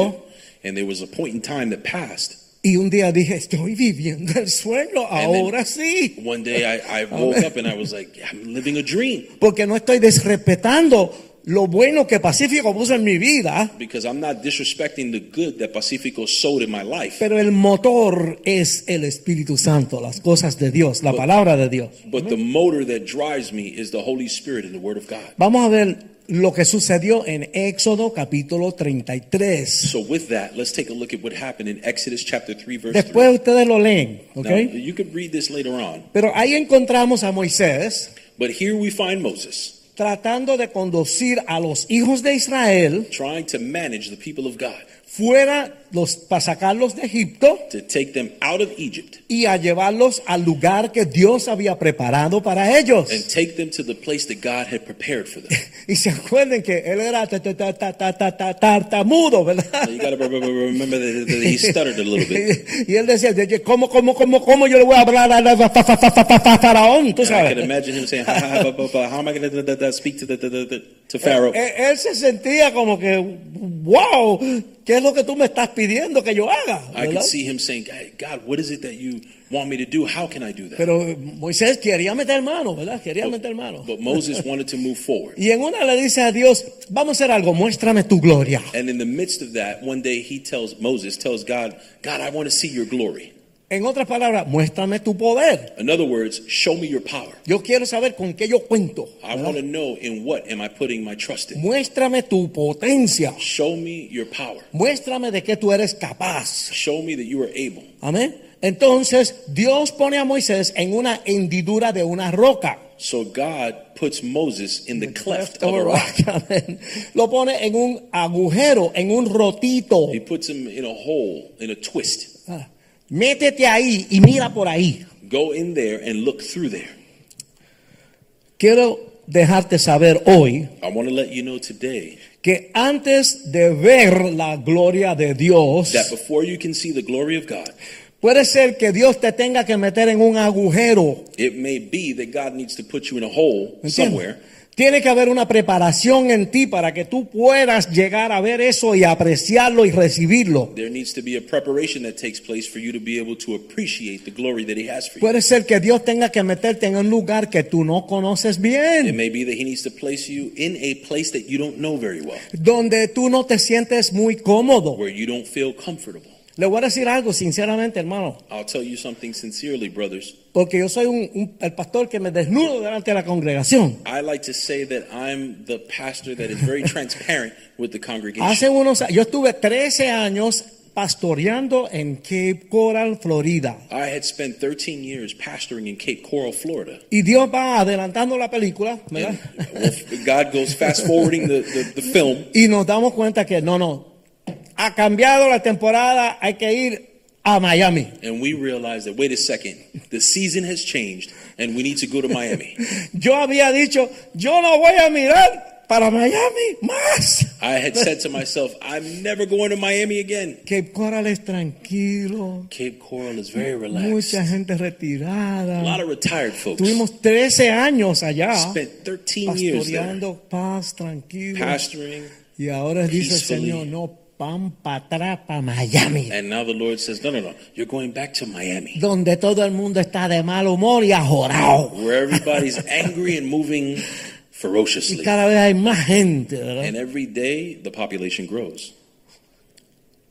do. And there was a point in time that passed.
Y un día dije, estoy viviendo el sueño,
And then
ahora sí.
One day, I, I woke up and I was like, I'm living a dream
Porque no estoy desrespetando lo bueno que Pacífico puso en mi vida,
because I'm not disrespecting the good that Pacifico sowed in my life.
pero el motor es el Espíritu Santo, las cosas de Dios, la palabra de Dios.
But the motor that drives me is the Holy Spirit and the Word of God.
Vamos a ver lo que sucedió en Éxodo capítulo 33.
So, with that, let's take a look at what happened in Exodus chapter 3, verse 3.
Después ustedes lo leen, ¿ok?
Now, you could read this later on,
Pero ahí encontramos a Moisés
but here we find Moses
tratando de conducir a los hijos de Israel
trying to manage the people of God,
fuera los, para sacarlos de Egipto
to take them out of Egypt
y a llevarlos al lugar que Dios había preparado para
and
ellos.
take them to the place that God had prepared for them.
Y se acuerden que él era ta- ta- ta- ta- ta- ta- ta- tartamudo, ¿verdad?
Now, you got to remember that that he stuttered a little bit.
y él decía, "Oye, ¿cómo, cómo, cómo, cómo yo le voy a hablar a la fa- fa- fa- fa- fa- fa- faraón? Tú
And I can
sabes.
imagine him saying, ha, ha, ha, ba, ba, ba, how am I going to speak to, the, the, the, the- to Pharaoh?
Él, E, él se sentía como que, wow, ¿qué es lo que tú me estás pidiendo que yo haga?
I
¿Verdad?
could see him saying, "God, God, what is it that you want me to do? How can I do that?
Pero Moisés quería meter mano, ¿verdad? Quería meter mano.
But Moses wanted to move forward.
Y en una le dice a Dios, vamos a hacer algo, muéstrame tu gloria.
And in the midst of that, one day he tells Moses, tells God, God, I want to see your glory.
En otras palabras, muéstrame tu poder.
In other words, show me your power.
Yo quiero saber con qué yo cuento.
I
¿verdad?
want to know in what am I putting my trust in.
Muéstrame tu potencia.
Show me your power.
Muéstrame de qué tú eres capaz.
Show me that you are able.
Amén. Entonces, Dios pone a Moisés en una hendidura de una roca.
So God puts Moses in the cleft of
Of a
a rock.
rock. Amén. Lo pone en un agujero, en un rotito.
He puts him in a hole, in a twist.
Ah, Métete ahí y mira por ahí.
Go in there and look through there.
Quiero dejarte saber hoy
I want to let you know today
que antes de ver la gloria de Dios,
that before you can see the glory of God,
puede ser que Dios te tenga que meter en un agujero.
It may be that God needs to put you in a hole
¿entiendes?
somewhere.
Tiene que haber una preparación en ti para que tú puedas llegar a ver eso y apreciarlo y recibirlo.
There needs to be a preparation that takes place for you to be able to appreciate the glory that He has for you.
Puede ser que Dios tenga que meterte en un lugar que tú no conoces
It
bien,
may be that He needs to place you in a place that you don't know very well,
donde tú no te sientes muy cómodo.
where you don't feel comfortable.
Le voy a decir algo sinceramente, hermano,
I'll tell you something sincerely, brothers.
porque yo soy un, un- el pastor que me desnudo delante de la congregación.
I like to say that I'm the pastor that is very transparent with the
Hace
congregation.
unos años, yo estuve 13 años pastoreando en Cape Coral, Florida.
I had spent 13 years pastoring in Cape Coral, Florida.
Y Dios va adelantando la película, ¿verdad?
And well, God goes fast forwarding the, the, the film.
Y nos damos cuenta que no, no, ha cambiado la temporada, hay que ir a Miami.
And we realized that, wait a second, the season has changed and we need to go to Miami.
Yo había dicho, yo no voy a mirar para Miami más.
I had said to myself, I'm never going to Miami again.
Cape Coral es tranquilo,
Cape Coral is very relaxed.
mucha
A
gente retirada.
lot of retired folks.
Tuvimos 13 años allá
Spent 13 years there,
pastoreando paz, tranquilo.
pastoring.
Y ahora dice el
Peacefully.
Señor, no, pan para atrás, para Miami,
And now the Lord says, no, no, no, you're going back to Miami.
donde todo el mundo está de mal humor y ajorado.
Where everybody's angry and moving
Y
ferociously.
cada vez hay más gente, ¿verdad?
And every day the population grows.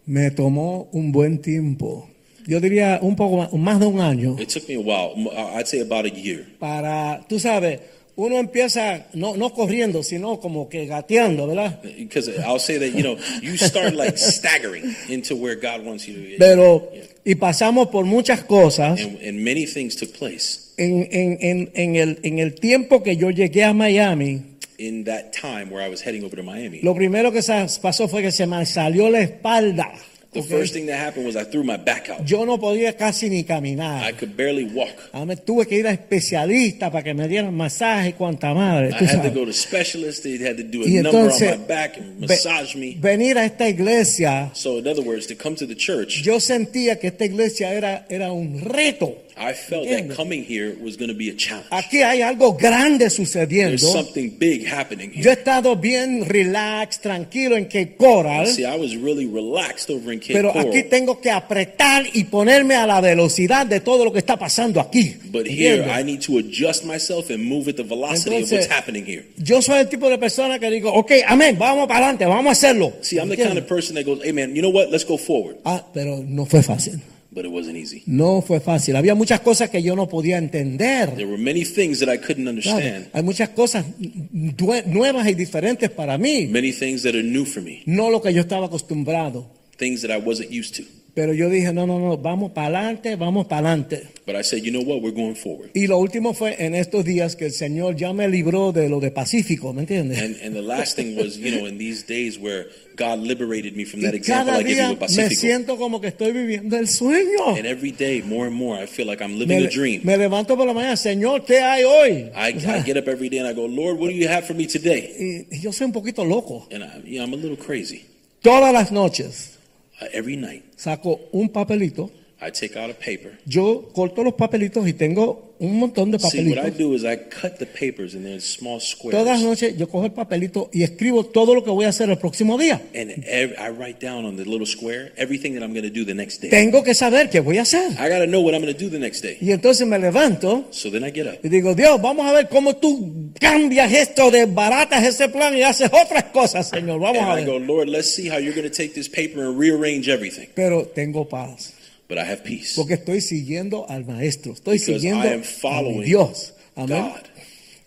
Me tomó un buen tiempo, yo diría un poco más, más de un año,
It took me a while, m- uh, I'd say about a year.
para, tú sabes, uno empieza no, no corriendo, sino como que gateando, ¿verdad?
Because I'll say that, you know, you start like staggering into where God wants you to.
Pero,
Yeah.
y pasamos por muchas cosas.
and, and many things took place
En, en, en, en, el, en el tiempo que yo llegué a Miami,
in that time where I was heading over to Miami.
Lo primero que sa- pasó fue que se me salió la espalda.
the
¿ok?
first thing that happened was I threw my back out.
Yo no podía casi ni
I
caminar.
could barely walk.
Ah, me tuve que ir a especialista para que me dieran masaje y cuanta madre.
I
tú
had to
sabes.
go to specialists. They had to do a
Y
number on
entonces,
my back and
ve-
massage me.
venir a esta iglesia,
So, in other words, to come to the church,
yo sentía que esta iglesia era, era un reto.
I felt
entiendo.
that coming here was going to be a challenge.
Aquí hay algo grande sucediendo.
There's something big happening
Yo he
here.
estado bien relax, tranquilo en Cape Coral,
See, I was really relaxed over in Cape
pero
Coral,
aquí tengo que apretar y ponerme a la velocidad de todo lo que está pasando aquí.
but here
¿entiendes?
I need to adjust myself and move at the velocity of
Entonces-
what's happening here.
Yo soy el tipo de persona que digo, ok, amén, vamos para adelante, vamos a hacerlo.
See, I'm the kind of person that goes, "Hey, man, you know what? Let's go forward."
Ah, pero no fue fácil.
but it wasn't easy.
No fue fácil. Había muchas cosas que yo no podía entender.
There were many things that I couldn't
Claro,
understand,
hay muchas cosas due- nuevas y diferentes para mí.
many things that are new for me,
No lo que yo estaba acostumbrado.
things that I wasn't used to.
Pero yo dije, no, no, no, vamos para adelante, vamos para adelante.
But I said, you know what? We're going forward.
Y lo último fue en estos días que el Señor ya me libró de lo de Pacífico, ¿me entiendes?
And, and the last thing was, you know, in these days where God liberated me from that
Y
example
cada
I give you
día
with
me
Pacifico.
siento como que estoy viviendo el sueño.
And every day, more and more, I feel like I'm living
Me,
a dream.
me levanto por la mañana, Señor, ¿qué hay hoy?
I, I get up every day and I go, Lord, what do you have for me today?
Y- y yo soy un poquito loco.
And I, you know, I'm a little crazy.
Todas las noches
Uh, every night,
saco un papelito,
I take out a paper.
yo corto los papelitos y tengo un montón de
See, what I
papelitos.
do is I cut the papers and they're in small
Todas las
squares.
noches yo cojo el papelito y escribo todo lo que voy a hacer el próximo día.
And ev I write down on the little square everything that I'm going to do the next day.
Tengo que saber qué voy a hacer.
I got to know what I'm going to do the next day.
Y entonces me levanto
So then I get up.
Y digo, Dios, vamos a ver cómo tú cambias esto, desbaratas ese plan y haces otras cosas, Señor. Vamos
And
a
I go,
ver.
Lord, let's see how you're going to take this paper and rearrange everything.
Pero tengo paz,
But I have peace.
porque estoy siguiendo al Maestro, estoy
Because
siguiendo
I am
a mi
following
Dios. Amén.
God.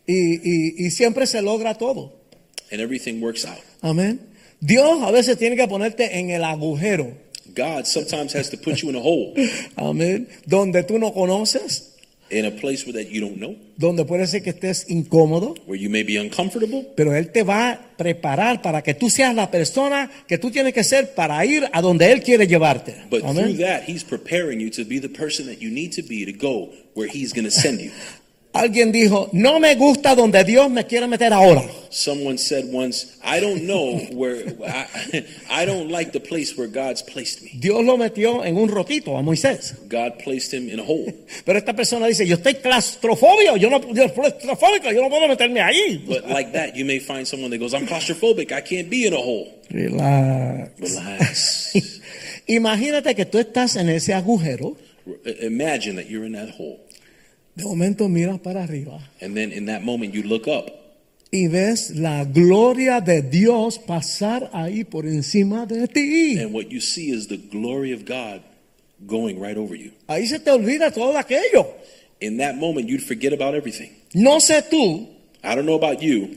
Y, y- y siempre se logra todo.
And everything works out.
Amén. Dios a veces tiene que ponerte en el agujero.
God sometimes has to put you in a hole,
Amén. Donde tú no conoces,
in a place where that you don't know,
donde puede ser que estés incómodo.
where you may be uncomfortable.
Pero Él te va a preparar para que tú seas la persona que tú tienes que ser para ir a donde Él quiere llevarte.
But
Amén.
through that, he's preparing you to be the person that you need to be to go where he's going to send you.
Alguien dijo, no me gusta donde Dios me quiere meter ahora.
Someone said once, I don't know where, I, I don't like the place where God's placed me.
Dios lo metió en un rotito a Moisés.
God placed him in a hole.
Pero esta persona dice, yo estoy claustrofobio, yo no, yo soy claustrofóbico, yo no puedo meterme ahí.
But like that, you may find someone that goes, I'm claustrophobic. I can't be in a hole.
Relax.
Relax.
Imagínate que tú estás en ese agujero,
Imagine that you're in that hole.
de momento miras para arriba
And then in that moment, you look up
y ves la gloria de Dios pasar ahí por encima de ti.
And what you see is the glory of God going right over you.
Ahí se te olvida todo aquello.
In that moment, you'd forget about everything.
No sé tú,
I don't know about you,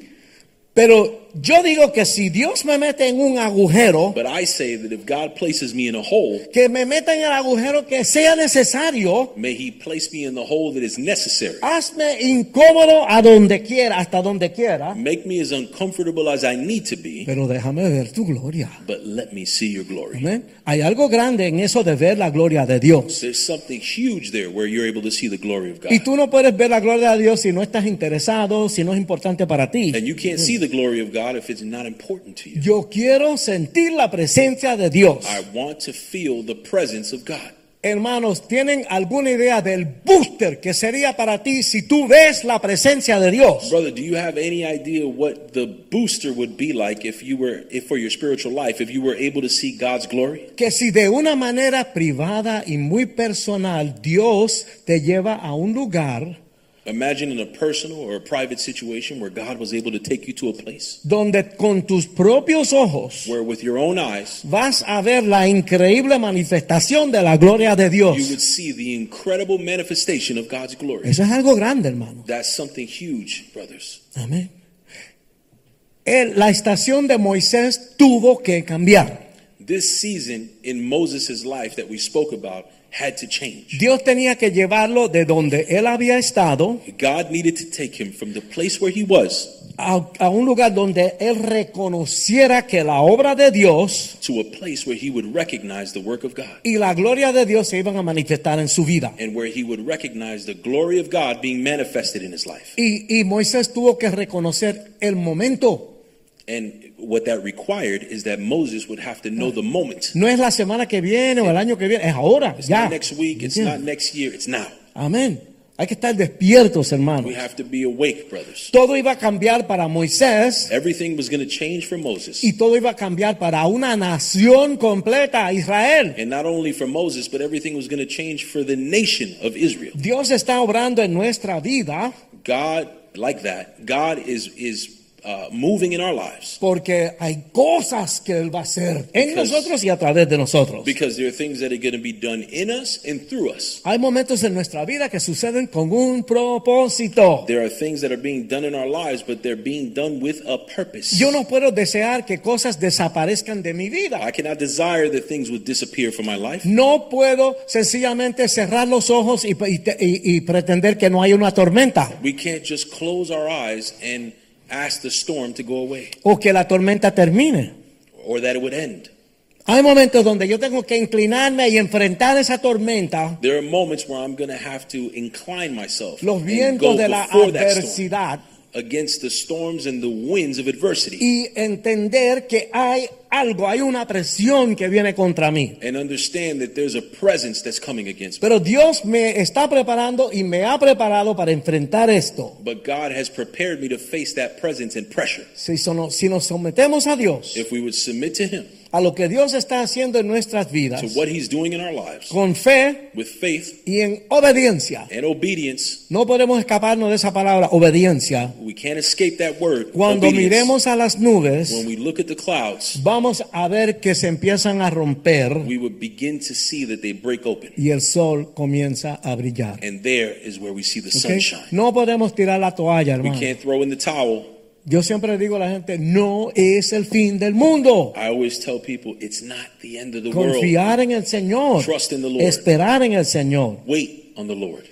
pero yo digo que si Dios me mete en un agujero,
but I say that if God places me in a hole,
que me meta en el agujero que sea necesario.
may He place me in the hole that is necessary.
Hazme incómodo a donde quiera, hasta donde quiera.
Make me as uncomfortable as I need to be,
Pero déjame ver tu gloria.
but let me see your glory.
Amén. Hay algo grande en eso de ver la gloria de Dios.
There's something huge there where you're able to see the glory of God.
Y tú no puedes ver la gloria de Dios si no estás interesado, si no es importante para ti.
And you can't see the glory of God if it's not important to you.
Yo quiero sentir la presencia de Dios.
I want to feel the presence of God.
Hermanos, ¿tienen alguna idea del booster que sería para ti si tú ves la presencia de Dios?
Brother, do you have any idea what the booster would be like if you were if for your spiritual life if you were able to see God's glory?
que si de una manera privada y muy personal Dios te lleva a un lugar
Imagine in a personal or a private situation where God was able to take you to a place
donde con tus propios ojos
where with your own eyes
vas a ver la increíble manifestación de la gloria de
you would
Dios.
see the incredible manifestation of God's glory.
Eso es algo grande, hermano.
That's something huge, brothers.
Amén. El- la estación de Moisés tuvo que cambiar.
This season in Moses' life that we spoke about had to change.
Dios tenía que llevarlo de donde él había estado
God needed to take him from the place where he was
a- a un lugar donde él reconociera que la obra de Dios
to a place where he would recognize the work of God.
y la gloria de Dios se iban a manifestar en su vida.
and where he would recognize the glory of God being manifested in his life.
Y, y Moisés tuvo que reconocer el momento.
And what that required is that Moses would have to know the moment.
No es la semana que viene o el año que viene, es ahora,
It's
ya.
not next week, it's
¿Entiendes?
not next year, it's now.
Amén. Hay que estar despiertos, hermanos.
We have to be awake, brothers.
Todo iba a cambiar para Moisés
Everything was going to change for Moses.
y todo iba a cambiar para una nación completa, Israel.
And not only for Moses, but everything was going to change for the nation of Israel.
Dios está obrando en nuestra vida
God, like that, God is, is uh, moving in our lives
Porque hay cosas que Él va a hacer en
Because-
nosotros y a través de nosotros.
because there are things that are going to be done in us and through us.
Hay momentos en nuestra vida que suceden con un propósito.
There are things that are being done in our lives, but they're being done with a purpose.
Yo no puedo desear que cosas desaparezcan de mi vida.
I cannot desire that things would disappear from my life.
No puedo sencillamente cerrar los ojos y, y- y- y pretender que no hay una tormenta
We can't just close our eyes and ask the storm to go away
o que la tormenta termine.
or that it would end.
Hay momentos donde yo tengo que inclinarme y enfrentar esa tormenta,
There are moments where I'm going to have to incline myself
los
and go
vientos de la
before that storm,
adversidad
against the storms and the winds of adversity
y entender que hay algo, hay una presión que viene contra mí.
and understand that there's a presence that's coming against me.
Pero Dios me está preparando y me ha preparado para enfrentar esto.
But God has prepared me to face that presence and pressure.
Si, sono- si nos sometemos a Dios,
If we would submit to Him,
a lo que Dios está haciendo en nuestras vidas,
to what He's doing in our lives,
con fe
with faith
y en obediencia.
and obedience,
No podemos escaparnos de esa palabra, obediencia.
we can't escape that word.
Cuando
obedience.
miremos a las nubes,
When we look at the clouds,
vamos a ver que se empiezan a romper
we would begin to see that they break open.
y el sol comienza a brillar.
And there is where we see the
¿ok?
sunshine.
No podemos tirar la toalla,
We
hermano.
can't throw in the towel.
Yo siempre digo a la gente, no es el fin del mundo.
I always tell people it's not the end of the world.
Confiar en el Señor,
Trust in the Lord.
esperar en el Señor.
Wait on the Lord.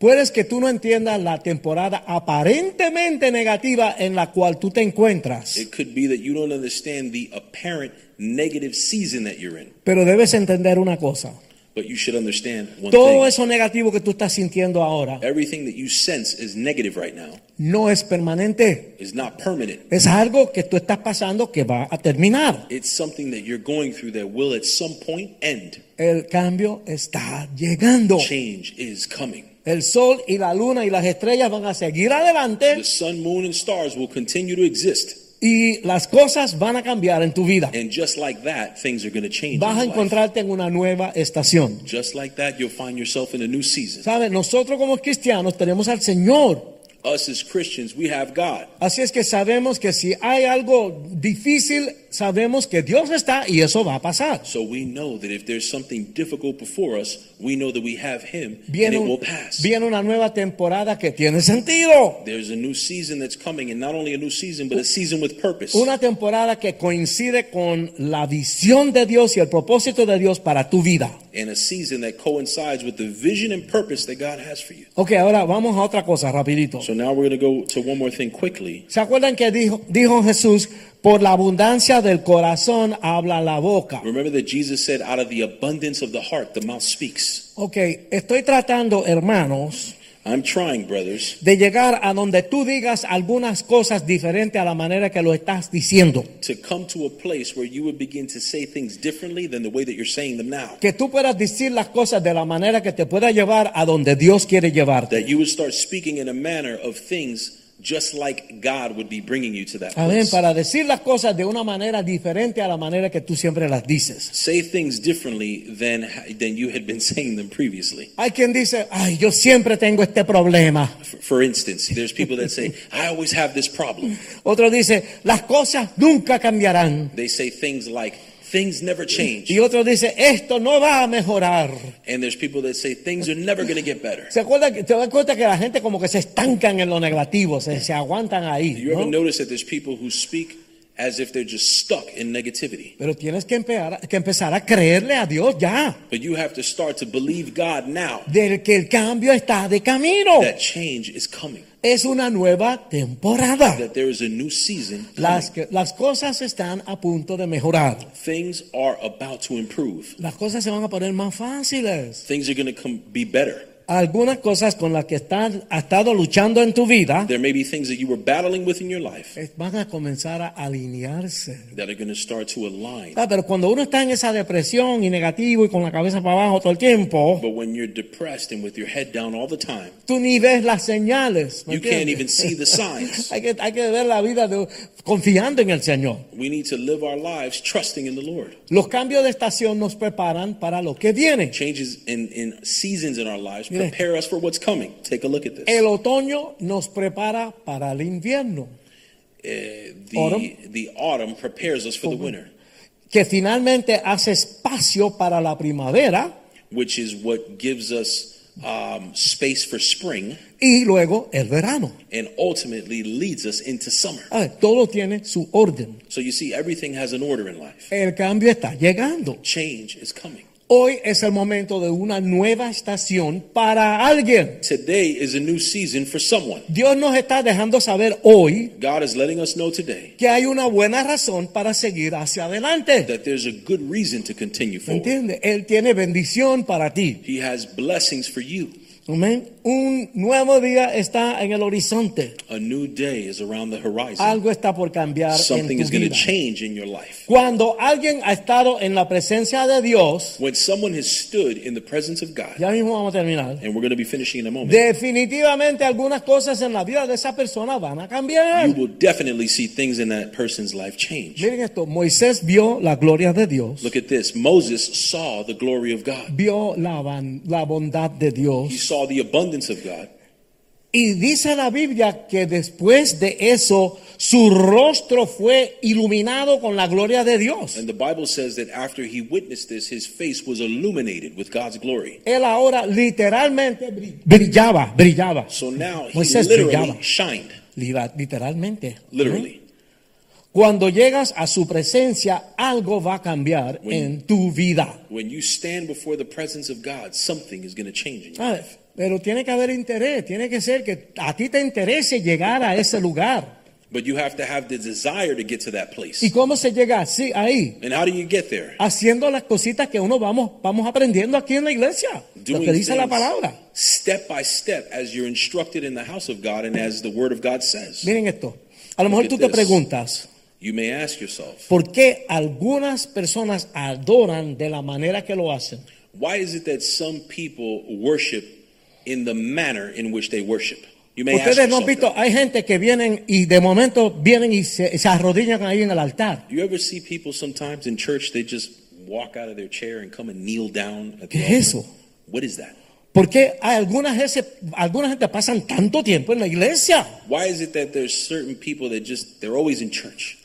Puedes que tú no entiendas la temporada aparentemente negativa en la cual tú te encuentras,
It could be that you don't understand the apparent negative season that you're in,
pero debes entender una cosa.
but you should understand one
Todo
thing.
eso negativo que tú estás sintiendo ahora
Everything that you sense is negative right now
no es permanente.
is not permanent.
Es algo que tú estás pasando que va a terminar.
It's something that you're going through that will at some point end.
El cambio está llegando.
Change is coming.
El sol y la luna y las estrellas van a seguir adelante
The sun, moon, and stars will continue to exist.
y las cosas van a cambiar en tu vida.
And just like that, things are going to change. in
Vas a
your life.
encontrarte en una nueva estación.
Just like that, you'll find yourself in a new season.
¿Sabes? Nosotros como cristianos tenemos al Señor.
Us as Christians, we have God.
Así es que sabemos que si hay algo difícil, sabemos que Dios está y eso va a pasar.
So we know that if there's something difficult before us, we know that we have Him and
Viene,
it
un-
will pass.
viene una nueva temporada que tiene sentido.
There's a new season that's coming, and not only a new season, but a season with purpose.
Una temporada que coincide con la visión de Dios y el propósito de Dios para tu vida.
And a season that coincides with the vision and purpose that God has for you.
Ok, ahora vamos a otra cosa rapidito.
So now we're going to go to one more thing quickly.
¿Se acuerdan que dijo, dijo Jesús, por la abundancia del corazón habla la boca?
Remember that Jesus said, out of the abundance of the heart, the mouth speaks.
Ok, estoy tratando, hermanos,
I'm trying, brothers,
de llegar a donde tú digas algunas cosas diferentes a la manera que lo estás diciendo.
to come to a place where you would begin to say things differently than the way that you're saying them now.
que tú puedas decir las cosas de la manera que te pueda llevar a donde Dios quiere llevarte.
That you would start speaking in a manner of things just like God would be bringing you to that
Amén,
place.
para decir las cosas de una manera diferente a la manera que tú siempre las dices.
Say things differently than than you had been saying them previously.
Hay quien dice, ay, yo siempre tengo este problema.
For, for instance, there's people that say, "I always have this problem."
Otro dice, las cosas nunca cambiarán.
They say things like, "Things never change,"
Y otro dice, esto no va a mejorar.
and there's people that say, "Things are never going to get better."
¿Se acuerdan? que- ¿Te das cuenta que la gente como que se estancan en lo negativo, se, se aguantan ahí?
You ever
¿no?
notice that there's people who speak as if they're just stuck in negativity?
Pero tienes que empear- que empezar a creerle a Dios ya,
But you have to start to believe God now
del que el cambio está de camino.
that change is coming.
Es una nueva temporada.
That there is a new season.
Las,
coming.
que- las cosas están a punto de mejorar.
Things are about to improve.
Las cosas se van a poner más fáciles.
things are going to come be better.
Algunas cosas con las que estás, has estado luchando en tu vida
There may be things that you were battling with in your life
eh, van a comenzar a alinearse.
that are going to start to align.
Ah, pero cuando uno está en esa depresión y negativo y con la cabeza para abajo todo el tiempo,
But when you're depressed and with your head down all the time,
tú ni ves las señales. ¿me
You can't
entiendes?
even see the signs.
hay, que, hay que ver la vida de- confiando en el Señor.
we need to live our lives trusting in the Lord.
Los cambios de estación nos preparan para lo que viene.
Changes in, in seasons in our lives
Mira.
prepare us for what's coming. Take a look at this.
El otoño nos prepara para el invierno.
eh, the,
Autumn.
the autumn prepares us for the winter,
que finalmente hace espacio para la primavera
which is what gives us um, space for spring
y luego el verano.
and ultimately leads us into summer.
A ver, todo tiene su orden.
So you see, everything has an order in life.
El cambio está llegando.
Change is coming.
Hoy es el momento de una nueva estación para alguien.
Today is a new season for someone.
Dios nos está dejando saber hoy
God is letting us know today
que hay una buena razón para seguir hacia adelante.
that there's a good reason to continue
¿Me
forward.
entiende? Él tiene bendición para ti.
He has blessings for you.
Amén. Un nuevo día está en el horizonte.
A new day is around the horizon.
Algo está por cambiar
Something
en
is
tu
going to
vida.
change in your life.
Cuando alguien ha estado en la presencia de Dios,
When someone has stood in the presence of God,
ya mismo vamos a terminar.
and we're going to be finishing in a moment,
Definitivamente algunas cosas en la vida de esa persona van a cambiar.
you will definitely see things in that person's life change.
Miren esto, Moisés vio la gloria de Dios,
Look at this Moses saw the glory of God,
vio la, ban- la bondad de
he
Dios.
saw the abundance of God.
Y dice la Biblia que después de eso su rostro fue iluminado con la gloria de Dios.
And the Bible says that after he witnessed this, his face was illuminated with God's glory.
Él ahora literalmente bri- brillaba, brillaba.
So now he
Moisés brillaba,
literally shined.
Lira- literalmente.
Literally.
Cuando llegas a su presencia, algo va a cambiar
When-
en tu vida.
When you stand before the presence of God, something is going to change in you.
Ah, Pero tiene que haber interés, tiene que ser que a ti te interese llegar a ese lugar.
But you have to have the desire to get to that place.
¿Y cómo se llega así ahí?
And how do you get there?
Haciendo las cositas que uno vamos, vamos aprendiendo aquí en la iglesia. Lo que dice la
things
palabra.
step by step as you're instructed in the house of God and as the word of God says.
Miren esto. A lo mejor
at
tú te
this.
preguntas,
You may ask yourself,
¿por qué algunas personas adoran de la manera que lo hacen?
why is it that some people worship in the manner in which they worship? You may ask
Ustedes no han
yourself
visto,
that.
hay gente que vienen y de momento vienen y se, se arrodillan ahí en el altar.
You ever see people sometimes in church, they just walk out of their chair and come and kneel down at the
¿Qué
altar?
es eso?
What is that?
¿Por qué hay algunas, veces- algunas gente pasan tanto tiempo en la iglesia?
Why is it that there's certain people that just, they're always in church?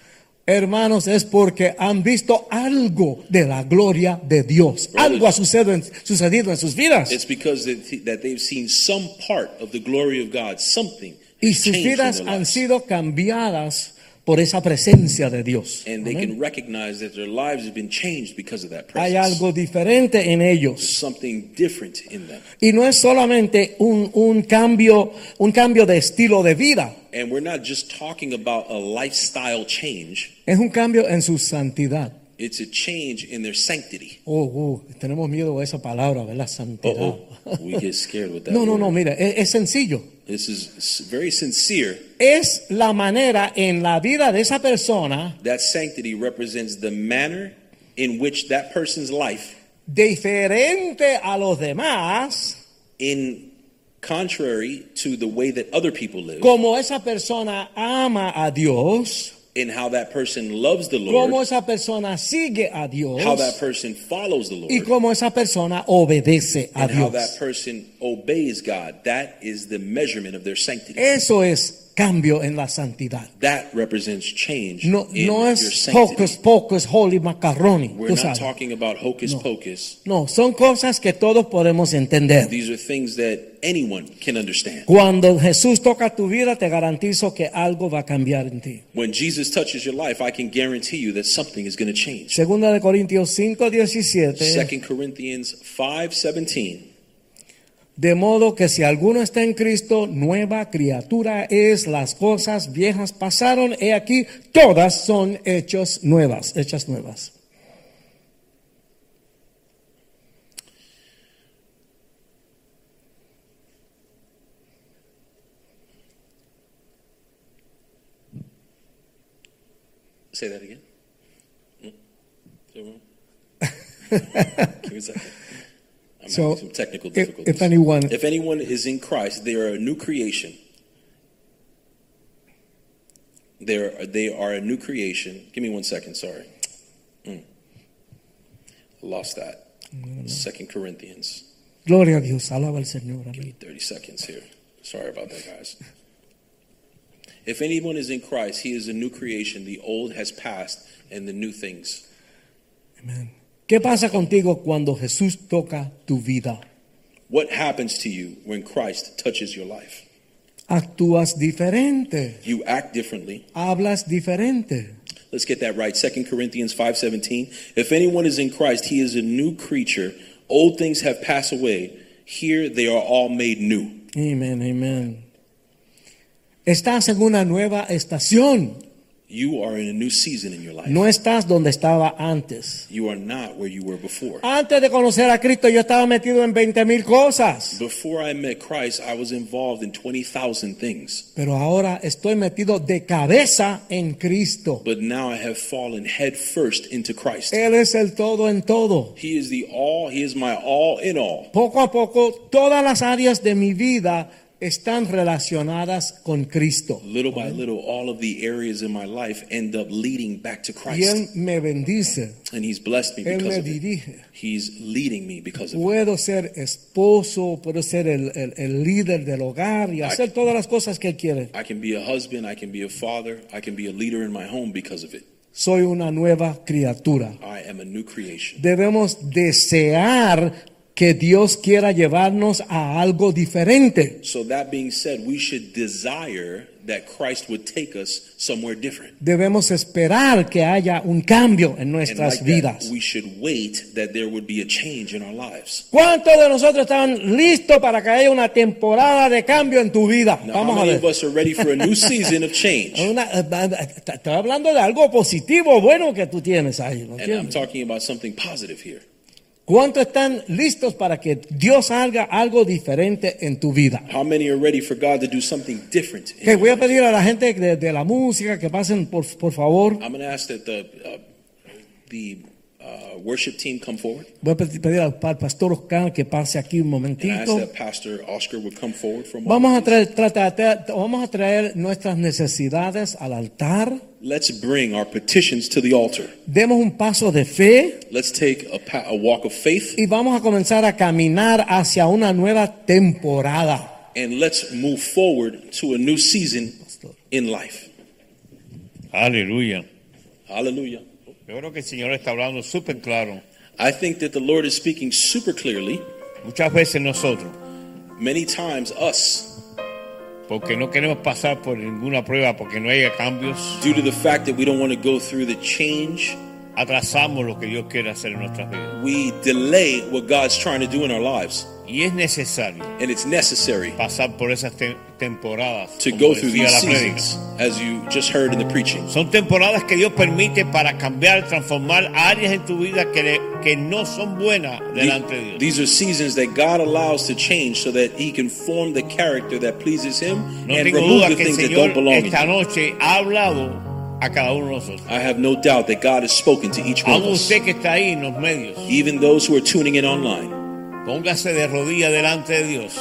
Hermanos, es porque han visto algo de la gloria de Dios.
Brothers.
algo ha sucedido en, sucedido en sus vidas.
It's because that, that they've seen some part of the glory of God, something.
Y
has
sus
changed in their
vidas han
lives.
sido cambiadas por esa presencia de Dios.
And they
Amén.
can recognize that their lives have been changed because of that
Hay
presence.
algo diferente en ellos.
Something different in them.
Y no es solamente un, un cambio, un cambio de estilo de vida.
And we're not just talking about a lifestyle change,
Es un cambio en su santidad.
it's a change in their sanctity.
Oh, oh, tenemos miedo a esa palabra, ¿verdad? Santidad.
Oh, oh. we get scared with that.
no, no,
word.
no, mira, es- es sencillo.
This is s- very sincere.
Es la manera en la vida de esa persona
That sanctity represents the manner in which that person's life,
diferente a los demás,
in contrary to the way that other people live,
como esa persona ama a Dios,
in how that person loves the
como
Lord,
esa persona sigue a Dios
how that person follows the Lord,
y como esa persona obedece a
and how that
Dios.
person obeys God. That is the measurement of their sanctity.
Eso es cambio en la santidad.
That represents change
No,
in
no
your
es
sanctity.
hocus pocus, holy macaroni.
We're
tú
not
sabes.
talking about hocus pocus.
No, son cosas que todos podemos entender.
These are things that anyone can understand.
Cuando Jesús toca tu vida, te garantizo que algo va a cambiar en ti.
When Jesus touches your life, I can guarantee you that something is going to change.
Segunda de Corintios 5, 17.
Second Corinthians 5:17.
De modo que si alguno está en Cristo, nueva criatura es, las cosas viejas pasaron, he aquí, todas son hechas nuevas, hechas nuevas.
Say that again. Hmm? Is that wrong? Give me a second. I'm
So,
having some technical
if- if
difficulties.
anyone-
if anyone is in Christ, they are a new creation. They're, they are a new creation. Give me one second, sorry. Hmm. Lost that.
Mm.
Second Corinthians.
Gloria a Dios, alaba al Señor.
Give
amén.
me 30 seconds here. Sorry about that, guys. If anyone is in Christ, he is a new creation. The old has passed, and the new things.
Amén. ¿Qué pasa contigo cuando Jesús toca tu vida?
What happens to you when Christ touches your life?
Actúas diferente,
You act differently.
hablas diferente.
Let's get that right. 2 Corinthians 5:17. If anyone is in Christ, he is a new creature. Old things have passed away. Here they are all made new.
Amén, amén. Estás en una nueva estación.
You are in a new season in your life.
No estás donde estaba antes.
You are not where you were before.
Antes de conocer a Cristo yo estaba metido en 20 mil cosas.
Before I met Christ, I was involved in 20,000 things,
Pero ahora estoy metido de cabeza en Cristo.
but now I have fallen headfirst into Christ.
Él es el todo en todo.
He is the all, he is my all in all.
Poco a poco todas las áreas de mi vida están relacionadas con Cristo.
Little by little, all of the areas in my life end up leading back to
Y Él
Christ.
me bendice.
And he's blessed me
Él
because
me
of it.
dirige.
He's leading me because of it.
Puedo ser esposo, puedo ser el, el- el líder del hogar y hacer todas las cosas que Él quiere.
I can be a husband, I can be a father, I can be a leader in my home because of it.
Soy una nueva criatura.
I am a new creation.
Debemos desear que Dios quiera llevarnos a algo diferente.
So, that being said, we should desire that Christ would take us somewhere different.
Debemos esperar que haya un cambio en
And
nuestras
like that,
vidas.
we should wait that there would be a change in our lives.
¿Cuántos de nosotros están listos para que haya una temporada de cambio en tu vida?
Now,
Vamos
how
a
many of
ver.
us are ready for a new season of change?
Una- eh, eh, eh, estoy hablando de algo positivo, bueno que tú tienes ahí. ¿no
And I'm
entiendes?
talking about something positive here.
¿Cuántos están listos para que Dios haga algo diferente en tu vida?
How many are ready for God to do something different? in
Que
your
voy a
life?
pedir a la gente de, de la música que pasen por, por favor.
I'm going to ask that the uh, the uh, worship team come forward.
Voy a pedir al pa- pastor Oscar que pase aquí un
And I ask
momentito.
that Pastor Oscar would come forward for a moment.
Vamos a traer, tratar- tra- vamos a traer nuestras necesidades al altar.
Let's bring our petitions to the altar.
Demos un paso de fe
Let's take a, pa- a walk of faith
y vamos a comenzar a caminar hacia una nueva temporada.
and let's move forward to a new season in life.
Aleluya.
Hallelujah.
Yo creo que el Señor está hablando súper claro.
I think that the Lord is speaking super clearly.
Muchas veces nosotros,
Many times, us,
porque no queremos pasar por ninguna prueba, porque no haya cambios,
due to the fact that we don't want to go through the change,
atrasamos lo que Dios quiere hacer en nuestras vidas.
we delay what God's trying to do in our lives.
Y es necesario
And it's necessary
pasar por esas te- temporadas.
to
como
go through
decía
these
la prédica.
seasons, as you just heard in the preaching.
Son temporadas que Dios permite para cambiar, transformar áreas en tu vida que, le- que no son buenas delante de Dios.
These are seasons that God allows to change so that He can form the character that pleases Him
no
and
tengo
remove
duda
the
que el
things that
Señor
don't belong. in
esta
you.
noche ha hablado a cada uno de nosotros.
I have no doubt that God has spoken to each one of
Aún
us,
usted que está ahí en los medios,
even those who are tuning in online.
póngase de rodilla delante de Dios.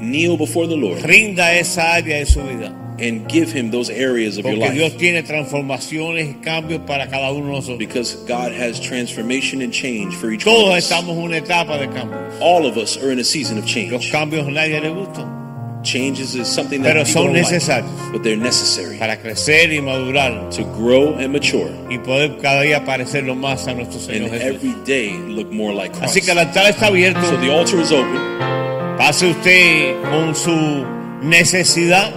Kneel before the Lord
Rinda esa área de su vida.
and give Him those areas of your
Porque
life
Dios tiene transformaciones y cambios para cada uno de nosotros.
because God has transformation and change for each one
Todos
of us.
estamos en una etapa de cambios.
All of us are in a season of
Los
change.
cambios a nadie le gustan.
Changes is something
Pero
that people
son
don't like,
necesarios
but they're necessary
para crecer y madurar
to grow and mature
y poder cada día parecerlo más a nuestro
and
Señor Jesús.
every day look more like Christ.
Así que el altar está abierto.
So the altar is open.
Pase usted con su necesidad,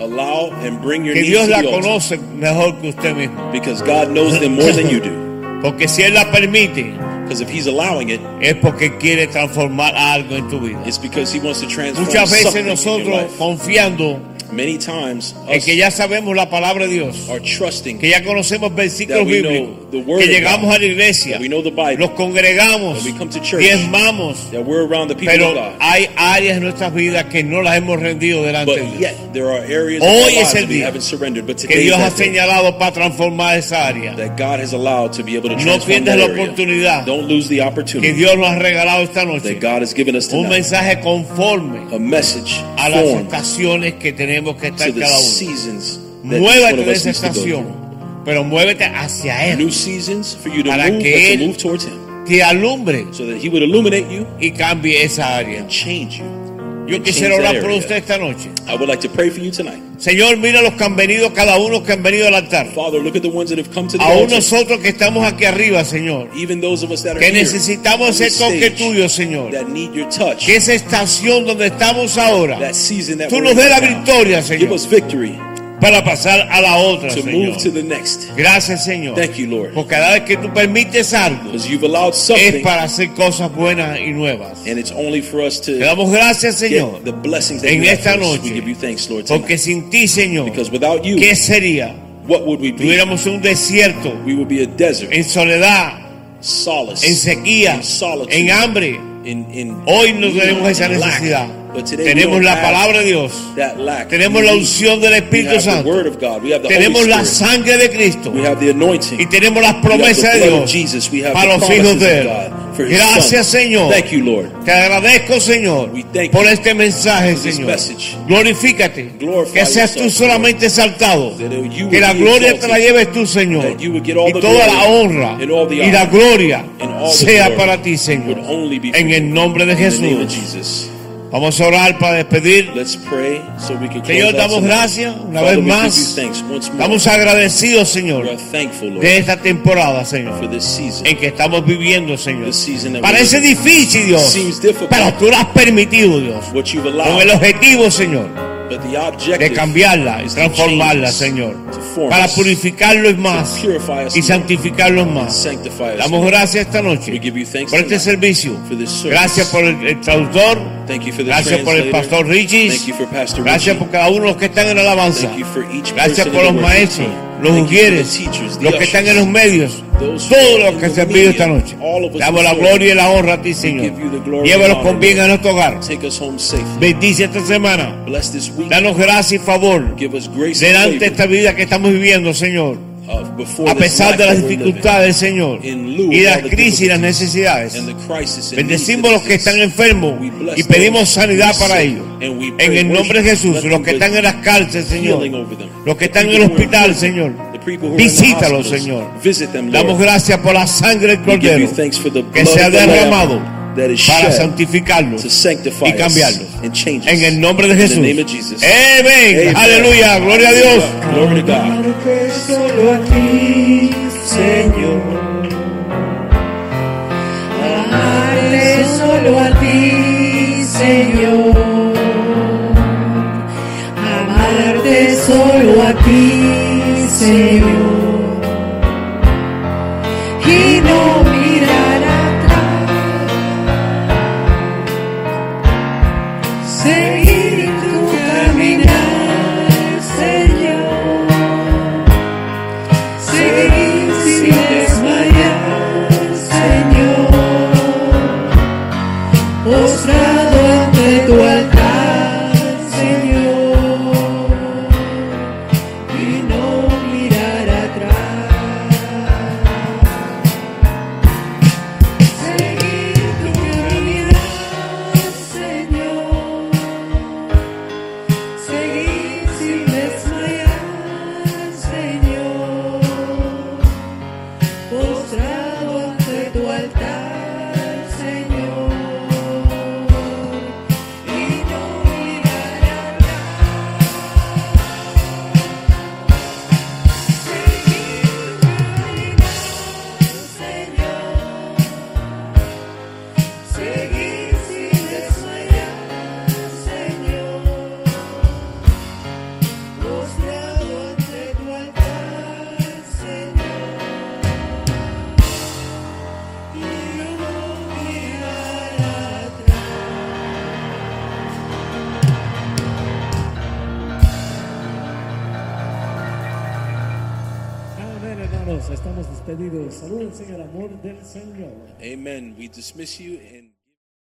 Allow and bring your
que
needs
Dios
to
la
the altar
conoce mejor que usted mismo.
because God knows them more than you do.
Porque si Él la permite,
Because if He's allowing it,
es porque quiere transformar algo en tu vida.
it's because He wants to transform
Muchas veces
something in your
nosotros
life.
confiando
Many times,
en
us
que ya sabemos la palabra de Dios,
are trusting
que ya conocemos versículos
That we
bíblicos,
know the word
que
of
llegamos
God.
a la iglesia,
that we know the Bible,
los congregamos,
That we come to church.
diezmamos,
that we're around the people
pero
of God.
hay áreas en nuestras vidas que no las hemos rendido delante de
But
Dios.
yet, there are areas
Hoy
of our
es
lives
el
that we
día
haven't surrendered. But
Que
today is
Dios ha
that, day
señalado para transformar esa área,
that God has allowed to be able to
No
transform
pierdas
that
la
area.
oportunidad.
Don't lose the
que
opportunity
Dios nos ha regalado esta noche.
that God has given us
Un
tonight.
mensaje conforme
A message
a las
formed
estaciones que tenemos que estar
to the
cada uno.
seasons that each one
Muévete
of
de
us
esa
needs to go through.
estación, pero muévete hacia Él.
new seasons for you to
Para
move,
que
but to
él-
move towards Him,
que alumbre
so that He would illuminate you,
y cambie esa área.
change you.
Yo
and
quisiera
change that
orar por
area.
usted esta noche.
I would like to pray for you tonight.
Señor, mira los que han venido, cada uno que han venido al altar.
Father, look at the ones that have come to the
Aún
altar.
nosotros que estamos aquí arriba, Señor.
Even those of us that are
Que
here
necesitamos
on
ese
this
toque
stage,
tuyo, Señor.
that need your touch,
Que esa estación donde estamos ahora,
that season that
tú
we're
nos
in
des la
now.
victoria,
Give
Señor,
us victory
para pasar a la otra,
to move to
Señor.
the next.
Gracias, Señor.
Thank you, Lord,
Porque cada vez que tú permites algo,
because you've allowed
es
something,
para hacer cosas buenas y nuevas.
and it's only for us to
Te damos gracias,
get
Señor,
the blessings that
En
you have
esta
for us.
noche.
We give you thanks, Lord, tonight.
porque sin ti, Señor,
because without you,
¿qué sería?
what would we be?
Tuviéramos un desierto,
We would be a desert,
en soledad,
solace,
en sequía,
in solitude,
en hambre.
in- in
Hoy no
need,
tenemos esa
in lack.
necesidad.
But today we
Tenemos
don't
la
have
palabra de Dios.
that lack.
Tenemos
We
la
need-
unción del
we
Espíritu
have the
Santo.
Word of God. We have the
Tenemos
Holy
la
Spirit.
sangre de Cristo.
We have the anointing.
Y tenemos las
We have the
promesas de
blood of
Dios.
Jesus. We have
para
the
los hijos
promises
de
of
Él.
God for His
Gracias,
Son.
Señor.
Thank you, Lord.
Te agradezco, Señor,
We thank
por
you
este mensaje,
for this
Señor.
message.
Glorifícate.
Glorify
Que seas tú
yourself,
solamente exaltado.
That you
Que
will
la
be
gloria
exalted.
te la lleves tú, Señor.
That you will get all
Y
the
toda la
glory
honra
and all the
y la
honor
gloria
And all the
sea
glory
para ti,
would
Señor.
only be
En
for
el
you.
nombre de
In the name of
Jesús.
Jesus.
Vamos a orar para despedir.
Let's pray so we can
Señor,
close out
damos
tonight.
gracias una
Father,
vez
we give
más.
you thanks once more.
Estamos agradecidos,
We are
Señor,
thankful, Lord,
de esta temporada, Señor.
for this season.
en que estamos viviendo, Señor.
The season that
Parece
we're in.
difícil,
Seems
Dios,
difficult.
pero tú lo has permitido, Dios.
What you've
Con
allowed,
el objetivo, Señor,
but the objective
de cambiarla y
is to
transformarla,
change,
Señor.
to form
Para
us,
purificarlos más
to purify us
y
more,
santificarlos
and
más.
sanctify us.
Damos
Lord.
gracias esta noche
We give you thanks
por este
tonight
servicio.
for this service.
Gracias por el, el traductor.
Thank you for the
Gracias por el
translator.
pastor
Thank
Richie.
you for Pastor
Gracias
Richie.
por cada uno de los que están en la alabanza.
Thank you for each
Gracias
person
por
in
los
the worship
maestros,
team.
los
Thank you for the
ujieres,
teachers, the
los que están en los medios,
Those who
todos
are
los
in
que
the
se han pedido
media,
esta noche.
all of us
Damos la
before
gloria
you.
y la honra a ti, Señor.
give you the glory
Llévalos
and
con
honor,
bien a
Lord.
nuestro hogar.
Take us home safely.
Bendice esta semana.
Bless this week.
Danos gracia y favor
Give us grace and
delante de
favor,
esta vida que estamos viviendo, Señor.
uh, before
A
this
pesar
life
de las
that we're living.
dificultades, Señor,
In lieu
y
of
las
all the
crisis y
difficulties
las necesidades.
and the crisis and needs
Bendecimos a los que
that
están
exist.
enfermos
We bless
y pedimos
those who
sanidad
are
para
sick,
ellos.
and we
En
pray
el
worship.
nombre de
Let
Jesús, los
them
que
with
están en las cárceles, Señor,
healing over them.
los que
The
están en
people
el
who are
hospital,
sick,
Señor,
the people who are in the
visítalos,
hospitals,
Señor.
Visit them, Lord.
Damos gracias por la sangre del
We give you
Cordero
thanks for the blood
que se ha
of the Lamb
derramado
that is
para
shed
santificarlos
to sanctify
y cambiarlos.
us and change us.
En el nombre de
In the
Jesús.
name of Jesus.
Amén.
Amen.
Aleluya. Gloria a Dios.
Glory to God.
que solo a ti, Señor. Amarte solo a ti, Señor. Amarte solo a ti, Señor. Y no mirar atrás. Seguir tu caminar, Señor. Seguir sin desmayar, Señor. Postrado ante tu altar, Señor. Y no mirar atrás. Seguir tu caminar, Señor. Seguir sin desmayar, Señor, postrado ante tu altar, Señor, y no mirar atrás. Seguir tu caminar, Señor, seguir sin desmayar, Señor. Mostrado ante tu altar, Señor, y no mirar atrás. Amén, hermanos, estamos despedidos. Salúdense en el amor del Señor.
Amen. We dismiss you in.